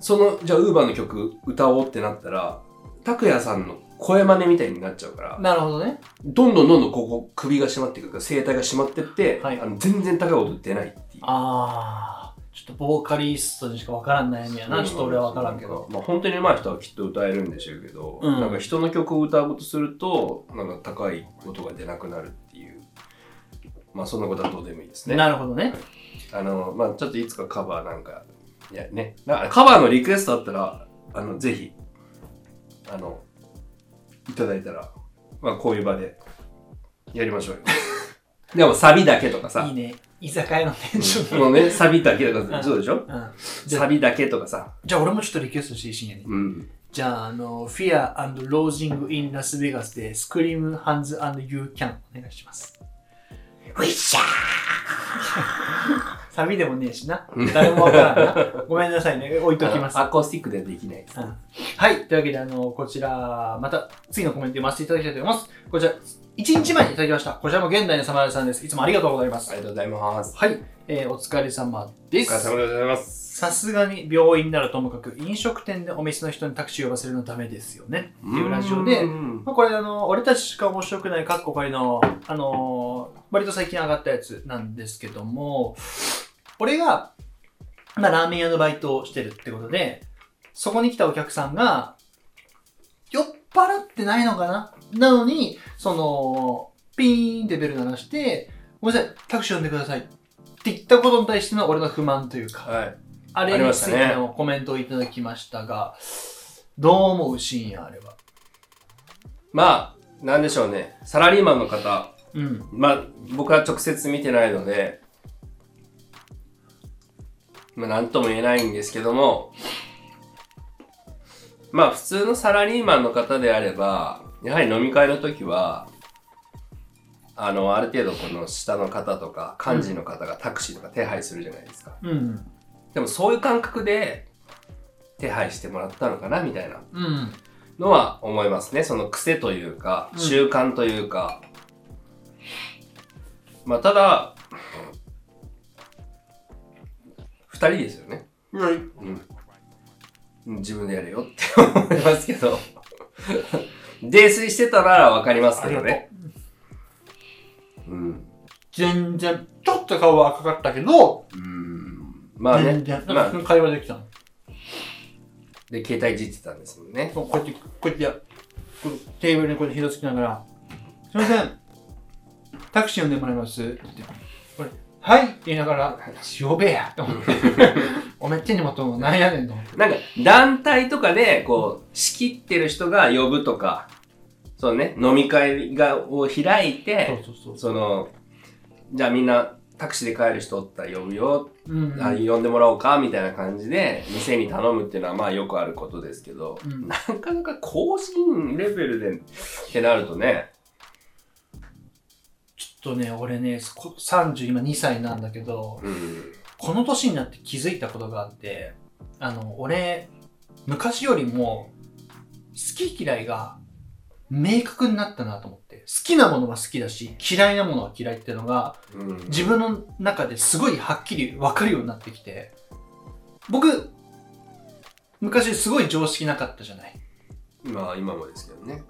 [SPEAKER 1] その、じゃあウーバーの曲歌おうってなったら、拓也さんの声真似みたいになっちゃうから、
[SPEAKER 2] なるほどね。
[SPEAKER 1] どんどんどんどんここ首が締まってくるから声帯が締まってって、
[SPEAKER 2] はい
[SPEAKER 1] あの全然高い音出ないっていう
[SPEAKER 2] ああ、ちょっとボーカリストにしかわからん悩みやな。ちょっと俺はわからんけど。
[SPEAKER 1] まあ本当に上手い人はきっと歌えるんでしょうけど、
[SPEAKER 2] うん
[SPEAKER 1] なんか人の曲を歌うことするとなんか高い音が出なくなるっていうまあそんなことはどうでもいいですね
[SPEAKER 2] なるほどね。
[SPEAKER 1] あのまあちょっといつかカバーなんかいやねなカバーのリクエストあったらあのぜひあのいただいたらまあこういう場でやりましょうよ でもサビだけとかさ
[SPEAKER 2] いいね。居酒屋の店
[SPEAKER 1] こ
[SPEAKER 2] 長
[SPEAKER 1] のね、サビだけとか、
[SPEAKER 2] うん
[SPEAKER 1] そうでしょ
[SPEAKER 2] うん。じゃ
[SPEAKER 1] サビだけとかさ。
[SPEAKER 2] じゃあ俺もちょっとリクエストしていい深夜に。
[SPEAKER 1] うん。
[SPEAKER 2] じゃあ、あの、Fear and Losing in Las Vegas で Scream Hands and You Can お願いします。ウィッシャー サビでもねえしな。誰もわからんな。ごめんなさいね。置いときます。
[SPEAKER 1] アコースティックではできないです。
[SPEAKER 2] うんはい。というわけで、あの、こちら、また次のコメント読ませていただきたいと思います。こちら、1日前にいただきました。こちらも現代のサマラさんです。いつもありがとうございま
[SPEAKER 1] あ
[SPEAKER 2] す
[SPEAKER 1] り。がとうございます。
[SPEAKER 2] はい。えーお疲れ様で
[SPEAKER 1] お疲れ
[SPEAKER 2] す
[SPEAKER 1] 様。でございます。
[SPEAKER 2] さすがに病院ならともかく飲食店でお店の人にタクシー呼ばせるのダメですよねっていうラジオで、
[SPEAKER 1] うん
[SPEAKER 2] まあ、これあの俺たちしか面白くないカッコ仮のあのー割と最近上がったやつなんですけども俺が、まあ、ラーメン屋のバイトをしてるってことでそこに来たお客さんが酔っ払ってないのかななのにそのピーンってベル鳴らして「ごめんなさいタクシー呼んでください」って言ったことに対しての俺の不満というか
[SPEAKER 1] はい。
[SPEAKER 2] あれについてのコメントをいただきましたが、どう思う深夜あれは。
[SPEAKER 1] まあ、なんでしょうね。サラリーマンの方、
[SPEAKER 2] うん。
[SPEAKER 1] まあ、僕は直接見てないので、まあ、なんとも言えないんですけども、まあ、普通のサラリーマンの方であれば、やはり飲み会の時は、あの、ある程度この下の方とか、幹事の方がタクシーとか手配するじゃないですか。
[SPEAKER 2] うん。
[SPEAKER 1] でもそういう感覚で手配してもらったのかな、みたいな
[SPEAKER 2] うん。
[SPEAKER 1] のは思いますね。その癖というか、
[SPEAKER 2] うん
[SPEAKER 1] 習慣というか。まあ、ただ、二人ですよね。
[SPEAKER 2] はい。
[SPEAKER 1] うん自分でやれよって思いますけど。泥酔してたらわかりますけどね。うん。
[SPEAKER 2] 全然、ちょっと顔は赤かったけど、
[SPEAKER 1] うん。まあね
[SPEAKER 2] 全然、。な
[SPEAKER 1] ま
[SPEAKER 2] んか
[SPEAKER 1] あ、
[SPEAKER 2] 会話できたの。
[SPEAKER 1] で、携帯いじってたんですもんね。
[SPEAKER 2] こうやって、こうやってや、こうテーブルにこうやってひどつきながら、すいません、タクシー呼んでもらいますって言って、これ、はいって言いながら、呼べやと 思って、おめっちゃにもともなんやねんと思って。
[SPEAKER 1] なんか、団体とかで、こう、仕切ってる人が呼ぶとか、そうね、飲み会が、を開い て、
[SPEAKER 2] そうそう
[SPEAKER 1] その、じゃあみんな、タクシーで帰る人おったら呼ぶよ、
[SPEAKER 2] う。うん。
[SPEAKER 1] あ呼んでもらおうか、みたいな感じで、店に頼むっていうのは、まあよくあることですけど、
[SPEAKER 2] うん
[SPEAKER 1] なかなか更新レベルでってなるとね、
[SPEAKER 2] ちょっとね、俺ね、そこ30、今2歳なんだけど、
[SPEAKER 1] うん、
[SPEAKER 2] この年になって気づいたことがあって、あの、俺、昔よりも、好き嫌いが明確になったなと思って、好きなものは好きだし、嫌いなものは嫌いっていうのが、
[SPEAKER 1] うん、
[SPEAKER 2] 自分の中ですごいはっきり分かるようになってきて、僕、昔すごい常識なかったじゃない。
[SPEAKER 1] まあ今もですけどね。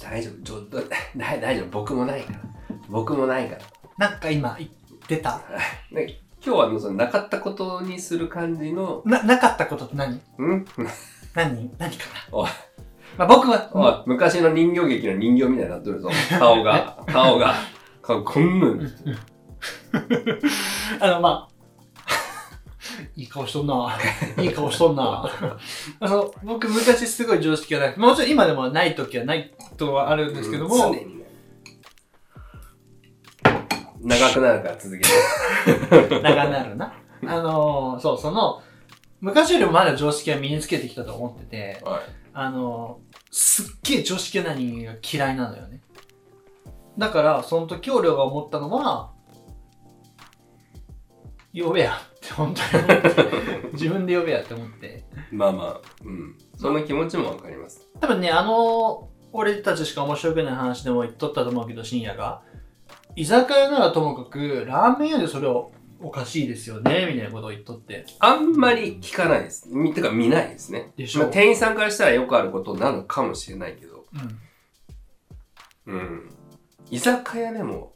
[SPEAKER 1] 大丈夫、ちょっと、大大丈夫、僕もないから。僕もないから。
[SPEAKER 2] なんか今、い出た
[SPEAKER 1] ね、今日はあのそのなかったことにする感じの、
[SPEAKER 2] な、なかったことって何
[SPEAKER 1] ん
[SPEAKER 2] 何何かな
[SPEAKER 1] おい
[SPEAKER 2] まあ僕は、
[SPEAKER 1] おい昔の人形劇の人形みたいになってる ぞ。顔が、顔が。顔こんなんですよ
[SPEAKER 2] あの、まあ、 いい顔しとんな。いい顔しとんな。あの、僕、昔すごい常識がなくて、まあもちろん今でもない時はないとはあるんですけども、
[SPEAKER 1] 常にね長くなるから続けて。
[SPEAKER 2] 長なるな。あのー、そう、その、昔よりもまだ常識は身につけてきたと思ってて、
[SPEAKER 1] はい
[SPEAKER 2] あのー、すっげえ常識な人間が嫌いなのよね。だから、その時、俺が思ったのは、呼べやって本当に思って、自分で呼べやって思って、
[SPEAKER 1] まあまあ、うん。その気持ちもわかります。
[SPEAKER 2] 多分ねあの俺たちしか面白くない話でも言っとったと思うけど深夜が居酒屋ならともかくラーメン屋でそれをおかしいですよねみたいなことを言っとって
[SPEAKER 1] あんまり聞かないです。みてか見ないですね。
[SPEAKER 2] でしょ
[SPEAKER 1] まあ店員さんからしたらよくあることなのかもしれないけど。
[SPEAKER 2] うん
[SPEAKER 1] うん。居酒屋でも、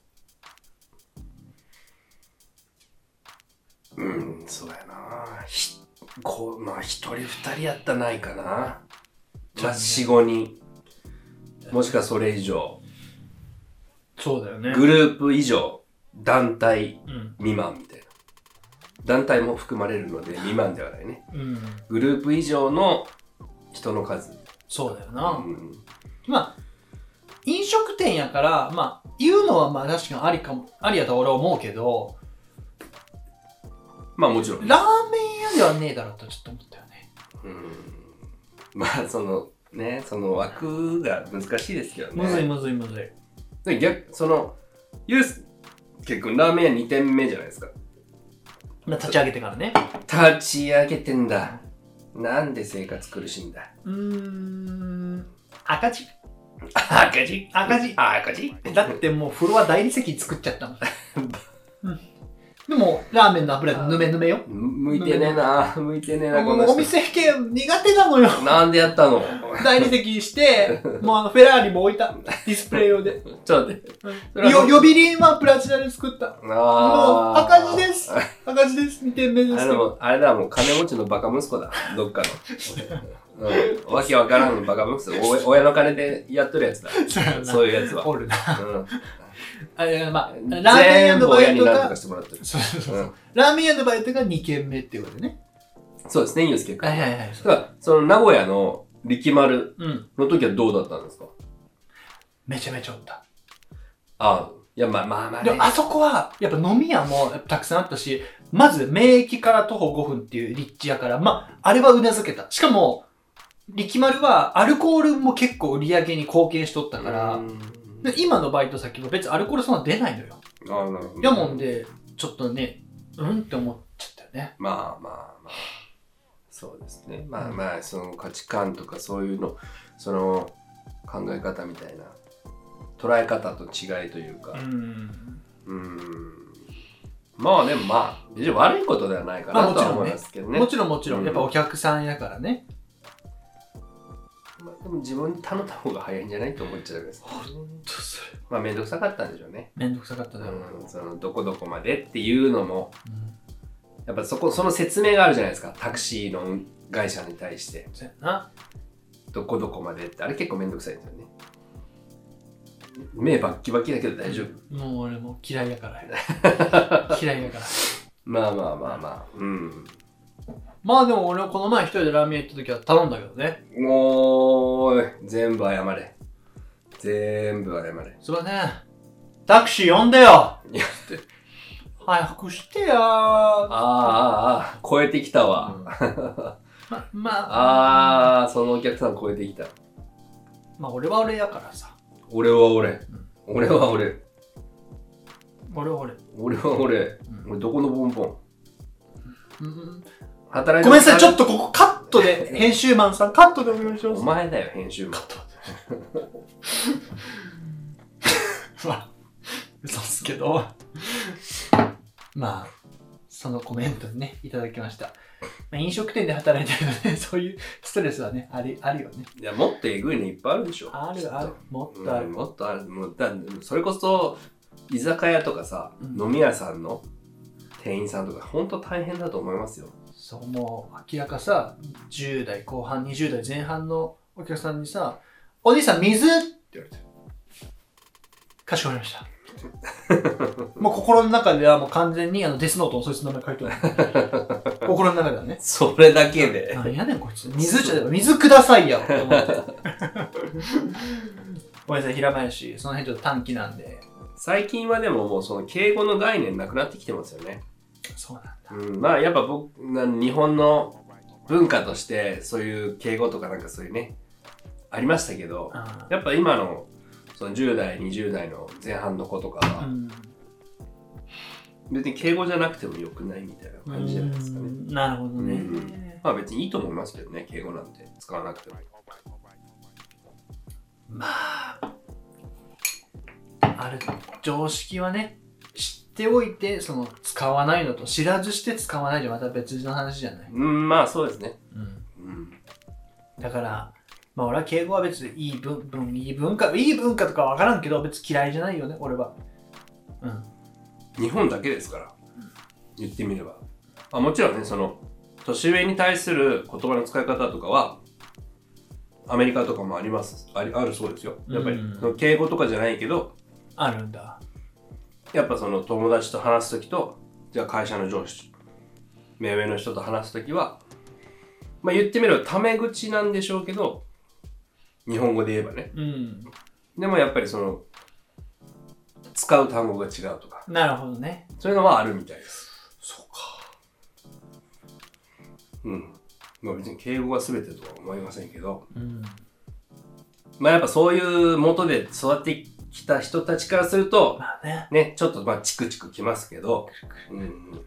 [SPEAKER 1] うん、そうやなひ、こう、まあ一人二人やったらないかな。まあ四五人。もしくはそれ以上。
[SPEAKER 2] そうだよね
[SPEAKER 1] グループ以上。団体
[SPEAKER 2] うん
[SPEAKER 1] 未満みたいな。団体も含まれるので未満ではないね。
[SPEAKER 2] うん
[SPEAKER 1] グループ以上の人の数。
[SPEAKER 2] そうだよな、
[SPEAKER 1] うん
[SPEAKER 2] まあ飲食店やからまあ言うのはまあ確かにありかもありやとは俺は思うけど
[SPEAKER 1] まあもちろん。
[SPEAKER 2] ラーメン屋ではねえだろうとちょっと思ったよね
[SPEAKER 1] うん まあそのね、その枠が難しいですけどね。
[SPEAKER 2] むずいむずいむずい
[SPEAKER 1] で逆、その、ユース、結構ラーメン屋2店目じゃないですか。
[SPEAKER 2] まあ立ち上げてからね
[SPEAKER 1] 立ち上げてんだ。なんで生活苦しいんだ。
[SPEAKER 2] うーん赤字
[SPEAKER 1] 赤字
[SPEAKER 2] 赤字
[SPEAKER 1] 赤字
[SPEAKER 2] だってもうフロア大理石作っちゃったもん。うんでも、ラーメンの油でぬめぬめよ。
[SPEAKER 1] 向いてねえな、向いてねえな、こ
[SPEAKER 2] もう
[SPEAKER 1] の
[SPEAKER 2] お
[SPEAKER 1] 人。
[SPEAKER 2] 店系苦手なのよ。
[SPEAKER 1] なんでやったの
[SPEAKER 2] 大理石して、もうあのフェラーリも置いた。ディスプレイ用で。
[SPEAKER 1] ちょっと待って。それは
[SPEAKER 2] よ呼び鈴はプラチナで作った。もう
[SPEAKER 1] あー
[SPEAKER 2] 赤字です。赤字です。2点目で
[SPEAKER 1] あ
[SPEAKER 2] す
[SPEAKER 1] れ。も、あれだ、もう金持ちのバカ息子だ。どっかの。うん、わけわからんのバカ息子。お親の金でやっとるやつだ。
[SPEAKER 2] そうやな
[SPEAKER 1] そういうやつは。
[SPEAKER 2] おるな。
[SPEAKER 1] う
[SPEAKER 2] あいやまあ、
[SPEAKER 1] ん、
[SPEAKER 2] ラーメン
[SPEAKER 1] 全
[SPEAKER 2] 屋の
[SPEAKER 1] 部
[SPEAKER 2] バ
[SPEAKER 1] 親
[SPEAKER 2] イ
[SPEAKER 1] に
[SPEAKER 2] ト
[SPEAKER 1] なんと
[SPEAKER 2] が
[SPEAKER 1] か、してもらってる。
[SPEAKER 2] そうそうそう
[SPEAKER 1] う
[SPEAKER 2] ラーメン屋のバイトが2軒目っていうことでね。
[SPEAKER 1] そうですね、ユースケ君。
[SPEAKER 2] はいはい
[SPEAKER 1] だ
[SPEAKER 2] はい。
[SPEAKER 1] から、その名古屋の力丸
[SPEAKER 2] うん。
[SPEAKER 1] の時はどうだったんですか
[SPEAKER 2] めちゃめちゃおった。
[SPEAKER 1] ああ、いや、まあまあまあ、
[SPEAKER 2] で
[SPEAKER 1] ね
[SPEAKER 2] も。あそこは、やっぱ飲み屋もやっぱたくさんあったし、まず、名駅から徒歩5分っていう立地やから、まあ、あれはうなずけた。しかも、力丸はアルコールも結構売り上げに貢献しとったから、
[SPEAKER 1] うん
[SPEAKER 2] で今のバイト先も別にアルコールそんな出ないのよ。
[SPEAKER 1] あなるほど
[SPEAKER 2] やもんで、ちょっとね、うんって思っちゃったよね。
[SPEAKER 1] まあまあまあそうですねまあまあその価値観とかそういうのその考え方みたいな捉え方と違いというか
[SPEAKER 2] ん。
[SPEAKER 1] うんまあでもまあ別に悪いことではないか
[SPEAKER 2] まあ
[SPEAKER 1] な
[SPEAKER 2] も
[SPEAKER 1] と
[SPEAKER 2] ち
[SPEAKER 1] は
[SPEAKER 2] ろんね
[SPEAKER 1] 思いますけどね,、
[SPEAKER 2] もちろんもちろ
[SPEAKER 1] うん
[SPEAKER 2] ん、やっぱお客さんやからね。
[SPEAKER 1] まあでも自分に頼んだ方が早いんじゃないと思っちゃうんですねまあ面倒くさかったんでしょうね、
[SPEAKER 2] めんどくさかった
[SPEAKER 1] う
[SPEAKER 2] だろうけど
[SPEAKER 1] ん、そのどこどこまでっていうのもやっぱそこその説明があるじゃないですかタクシーの会社に対して
[SPEAKER 2] そうやな。
[SPEAKER 1] どこどこまでってあれ結構めんどくさいんですよね目バッキバキだけど大丈夫、
[SPEAKER 2] もう俺も嫌いや から。嫌いやから。
[SPEAKER 1] まあまあまあまあうん
[SPEAKER 2] まあでも俺はこの前一人でラーメン屋行った時は頼んだけどね。
[SPEAKER 1] おーい全部謝れ全部謝れ
[SPEAKER 2] すいません。タクシー呼んで よ
[SPEAKER 1] いや
[SPEAKER 2] って早くしてよ
[SPEAKER 1] あーあーあー超えてきたわ、
[SPEAKER 2] ま、ま
[SPEAKER 1] あ
[SPEAKER 2] あ、
[SPEAKER 1] あそのお客さん超えてきた
[SPEAKER 2] まあ俺は俺やからさ。
[SPEAKER 1] 俺は俺、俺は俺
[SPEAKER 2] 俺は俺。
[SPEAKER 1] 俺は俺、俺どこのボンボン
[SPEAKER 2] うん
[SPEAKER 1] 働い
[SPEAKER 2] ごめんなさい、ちょっ
[SPEAKER 1] と
[SPEAKER 2] とここカットで、編集マンさんカットでお願いしま
[SPEAKER 1] お
[SPEAKER 2] す。
[SPEAKER 1] 前だよ編集部
[SPEAKER 2] まあ、嘘っすけど。まあ、そのコメントね、いただきました。まあ、飲食店で 働いてるとね、そういうストレスはね、ありあるよね。
[SPEAKER 1] いやもっとえぐいのいっぱいあるでしょ
[SPEAKER 2] あ
[SPEAKER 1] きっ
[SPEAKER 2] る
[SPEAKER 1] と
[SPEAKER 2] ある。もっとあ
[SPEAKER 1] うん
[SPEAKER 2] る。
[SPEAKER 1] もっとあるもうだそれこそ居酒屋とかさ、
[SPEAKER 2] うん
[SPEAKER 1] 飲み屋さんの店員さんとか本当大変だと思いますよ
[SPEAKER 2] そう、もう明らかさ、10代後半、20代前半のお客さんにさ、お兄さん水って言われて。かしこまりま した。もう心の中ではもう完全にあのデスノートのそいつの名前書いてある。心の中ではね。
[SPEAKER 1] それだけで
[SPEAKER 2] 何やねんこいつ水じゃ水くださいやって思 ってごめんなさい平林その辺ちょっと短期なんで
[SPEAKER 1] 最近はでももうその敬語の概念なくなってきてますよね、
[SPEAKER 2] そうなんだ
[SPEAKER 1] うん、まあやっぱ僕な日本の文化としてそういう敬語とかなんかそういうねありましたけど
[SPEAKER 2] あ
[SPEAKER 1] やっぱ今のその10代20代の前半の子とか
[SPEAKER 2] ーう
[SPEAKER 1] は
[SPEAKER 2] ん
[SPEAKER 1] 別に敬語じゃなくてもよくないみたいな感じじゃないですかね
[SPEAKER 2] うんなるほどね、
[SPEAKER 1] うんまあ別にいいと思いますけどね敬語なんて使わなくても
[SPEAKER 2] ある常識はね知っておいてその使わないのと知らずして使わないでまた別の話じゃない、
[SPEAKER 1] うん、まあそうですね。
[SPEAKER 2] うん、
[SPEAKER 1] うん。
[SPEAKER 2] だからまあ俺は敬語は別にいい文文いい文化いい文化とかわからんけど別に嫌いじゃないよね俺はうん
[SPEAKER 1] 日本だけですから、言ってみれば。あもちろんね、その、年上に対する言葉の使い方とかは、アメリカとかもあります。ありあるそうですよ。やっぱり、
[SPEAKER 2] うん
[SPEAKER 1] その敬語とかじゃないけど、
[SPEAKER 2] あるんだ
[SPEAKER 1] やっぱその友達と話すときと、じゃあ会社の上司、目上の人と話すときは、まあ言ってみればタメ口なんでしょうけど、日本語で言えばね。
[SPEAKER 2] うん
[SPEAKER 1] でもやっぱりその、使う単語が違うとか、
[SPEAKER 2] なるほどね
[SPEAKER 1] そういうのはあるみたいです。
[SPEAKER 2] そうか。
[SPEAKER 1] うん。まあ別に敬語が全てとは思いませんけど、
[SPEAKER 2] うん。
[SPEAKER 1] まあやっぱそういう元で育ってきた人たちからすると、
[SPEAKER 2] まあね。
[SPEAKER 1] ね、ちょっとまあチクチクきますけど、うん、うん。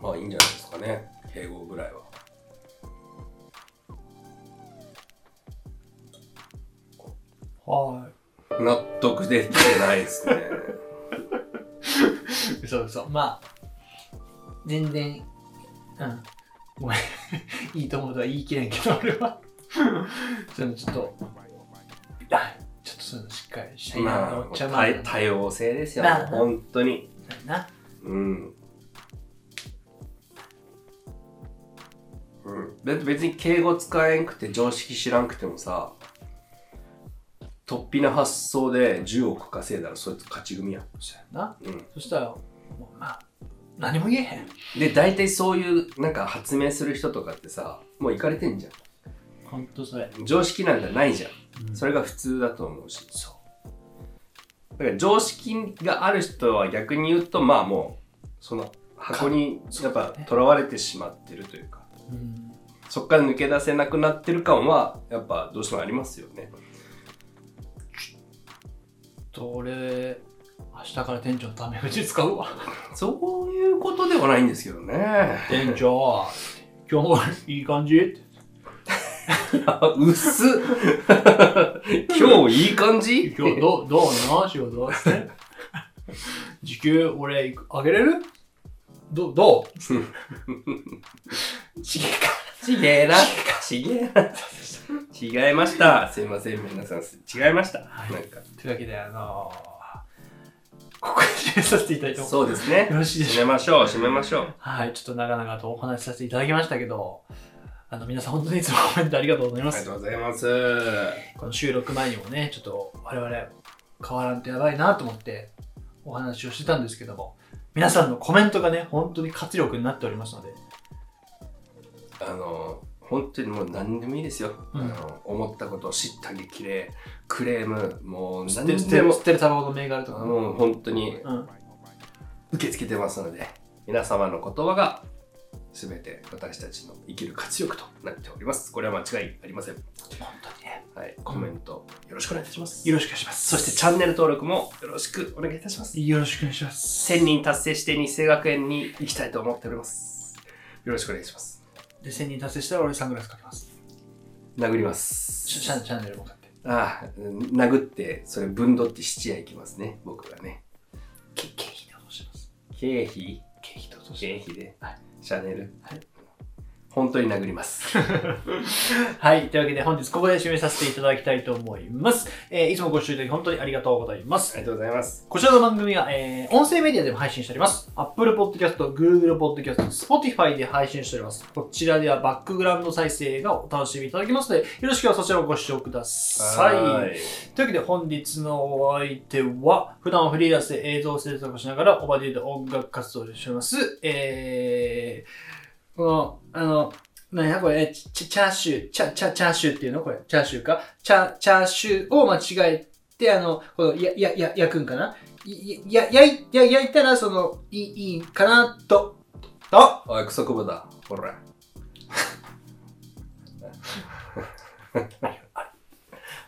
[SPEAKER 1] まあいいんじゃないですかね、敬語ぐらいは。
[SPEAKER 2] は
[SPEAKER 1] 納得できてないですね。
[SPEAKER 2] い。嘘嘘。まあ、全然、うん。ごめん。 いいと思うとは言い切れんけど、俺 は。そのちょっと、あちょっとそういうのしっかり したいなと
[SPEAKER 1] ま
[SPEAKER 2] 思っ
[SPEAKER 1] あ
[SPEAKER 2] ちゃうな。
[SPEAKER 1] 多多様性ですよ、
[SPEAKER 2] まあな
[SPEAKER 1] 本当に。
[SPEAKER 2] な。
[SPEAKER 1] うん。うん、だって別に敬語使えんくて常識知らんくてもさ突飛な発想で10億稼いだらそいつ勝ち組やん、
[SPEAKER 2] そうやな。
[SPEAKER 1] うん、
[SPEAKER 2] そしたら、もうまあ、何も言えへん。
[SPEAKER 1] で大体そういうなんか発明する人とかってさもういかれてんじゃ
[SPEAKER 2] ほんとそれ。
[SPEAKER 1] ん常識なんかないじゃん、
[SPEAKER 2] うん
[SPEAKER 1] それが普通だと思うし
[SPEAKER 2] そ
[SPEAKER 1] だから常識がある人は逆に言うと、まあもう、その箱にやっぱとらわれてしまってるというか、
[SPEAKER 2] うん
[SPEAKER 1] そこから抜け出せなくなってる感は、やっぱどうしてもありますよね。
[SPEAKER 2] と俺明日から店長のため口使うわ
[SPEAKER 1] そういうことではないんですけどね。
[SPEAKER 2] 店長 今日もいい感じって
[SPEAKER 1] あ、 薄っ今日いい感じ
[SPEAKER 2] 今日 どうどうな仕事つって時給俺いく上げれるどうど うちげえか
[SPEAKER 1] ちげえな。ちげえな。違いました。すいません、皆さん。違いました。なんか。
[SPEAKER 2] というわけであのー、ここで締めさせていただいても
[SPEAKER 1] そうですね
[SPEAKER 2] よ。ろしいでしょう
[SPEAKER 1] 締め
[SPEAKER 2] か
[SPEAKER 1] ましょう、締めましょう。
[SPEAKER 2] はい、ちょっと長々とお話しさせていただきましたけど、あの皆さん本当にいつもコメントありがとうございま
[SPEAKER 1] ありが
[SPEAKER 2] す。
[SPEAKER 1] とうございます。
[SPEAKER 2] この収録前にもね、ちょっと我々変わらんとやばいなと思ってお話をしてたんですけども、皆さんのコメントがね、本当に活力になっておりますので、
[SPEAKER 1] あの、本当にもう何でもいいですよ。
[SPEAKER 2] うん
[SPEAKER 1] あの思ったこと、知った激励、クレーム、もう何
[SPEAKER 2] 吸って
[SPEAKER 1] で
[SPEAKER 2] る
[SPEAKER 1] も
[SPEAKER 2] 吸、ってるタバコの銘柄とかね、
[SPEAKER 1] もう本当に
[SPEAKER 2] うん
[SPEAKER 1] 受け付けてますので、皆様の言葉が全て私たちの生きる活力となっております。これは間違いありません。
[SPEAKER 2] 本当にね、
[SPEAKER 1] はい、コメントよろしくお願いいたします。
[SPEAKER 2] よろしくお願いします。
[SPEAKER 1] そしてチャンネル登録もよろしくお願いいたします。
[SPEAKER 2] よろしくお願いします。
[SPEAKER 1] 1000人達成して日生学園に行きたいと思っております。よろしくお願いします。
[SPEAKER 2] で、1000人達成したら俺サングラスかけます。
[SPEAKER 1] 殴りま
[SPEAKER 2] チャ
[SPEAKER 1] す。
[SPEAKER 2] チャンチャンネルも買って。
[SPEAKER 1] ああ、うん殴って、それ分取って質屋行きますね、僕がね。
[SPEAKER 2] け経費で落とします。
[SPEAKER 1] 経費
[SPEAKER 2] 経費で落とし
[SPEAKER 1] 経費で、
[SPEAKER 2] はい
[SPEAKER 1] チャンネル、
[SPEAKER 2] はい
[SPEAKER 1] 本当に殴り ます。
[SPEAKER 2] はい。というわけで本日ここで締めさせていただきたいと思います。えーいつもご視聴いただき本当にありがとうございます
[SPEAKER 1] あり。がとうございます。
[SPEAKER 2] こちらの番組は、えー音声メディアでも配信しております。Apple Podcast、Google Podcast、Spotify で配信しております。こちらではバックグラウンド再生がお楽しみいただけますので、よろしければそちらをご視聴くださ。
[SPEAKER 1] はい
[SPEAKER 2] というわけで本日のお相手は、普段はフリーランスで映像制作をしながら、オバディで音楽活動をしております。えー、この、あの、何やこれ、えチチチャーシュー、チャ、チャ、チャーシューっていうのこれ、チャーシューかチャ、チャーシューを間違えて、あの、この、や、や、や、焼くんかないや、や、焼いや焼いたら、その、いい、いいんかな、と、と、
[SPEAKER 1] おい、クソクボだ。ほら。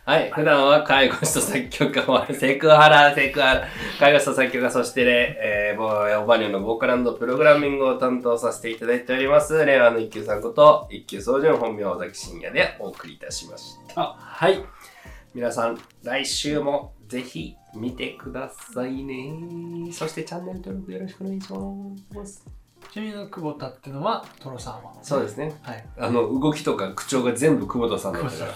[SPEAKER 1] はい、普段は介護士と作曲家もある、セクハラ、セクハラ、介護士と作曲家、そしてね、えー、ボーオバニューのボーカルプログラミングを担当させていただいております、令和の一級さんこと、一級総順本名尾崎真也でお送りいたしました。
[SPEAKER 2] はい。
[SPEAKER 1] 皆さん、来週もぜひ見てくださいね。そしてチャンネル登録よろしくお願いします。
[SPEAKER 2] ちなみに、久保田ってのは、トロさんは。
[SPEAKER 1] そうですね。
[SPEAKER 2] はい。
[SPEAKER 1] あの動きとか口調が全部久保田さんだったから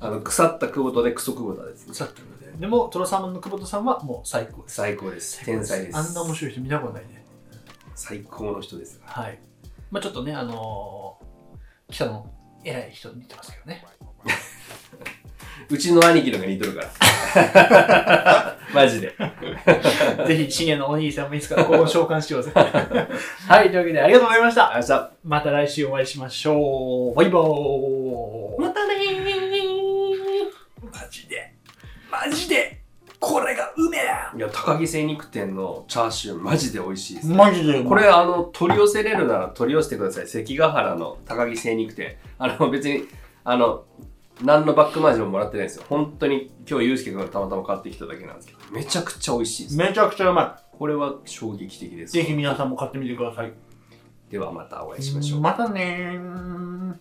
[SPEAKER 1] あの腐った久保田でクソ久保田です、ね、
[SPEAKER 2] 腐ってるので。でも、トロさんの久保田さんは、もう最高です。
[SPEAKER 1] 最高です天才です
[SPEAKER 2] あんな面白い人見たことないね。
[SPEAKER 1] 最高の人ですが
[SPEAKER 2] はい。まあちょっとね、あのー、北の偉い人に似てますけ どね。
[SPEAKER 1] うちの兄貴のが似とるから マジで
[SPEAKER 2] ぜひ、深夜のお兄さんもいいですから、ここを召喚しようぜ。はい、と いうわけでありがとうございました。
[SPEAKER 1] 明日
[SPEAKER 2] また来週お会いしましょう。バイバーイ。またねマジで、マジで、これがうめえ
[SPEAKER 1] いや高木精肉店のチャーシューマジで美味しいです
[SPEAKER 2] マジで
[SPEAKER 1] これあの取り寄せれるなら取り寄せてください関ヶ原の高木精肉店あの別にあの何のバックマージンももらってないですよ本当に今日ユうスケ君がたまたま買ってきただけなんですけどめちゃくちゃ美味しいです
[SPEAKER 2] めちゃくちゃうま
[SPEAKER 1] これは衝撃的で
[SPEAKER 2] い。
[SPEAKER 1] す
[SPEAKER 2] ぜひ皆さんも買ってみてください。
[SPEAKER 1] ではまたお会いしましょう。
[SPEAKER 2] またねー。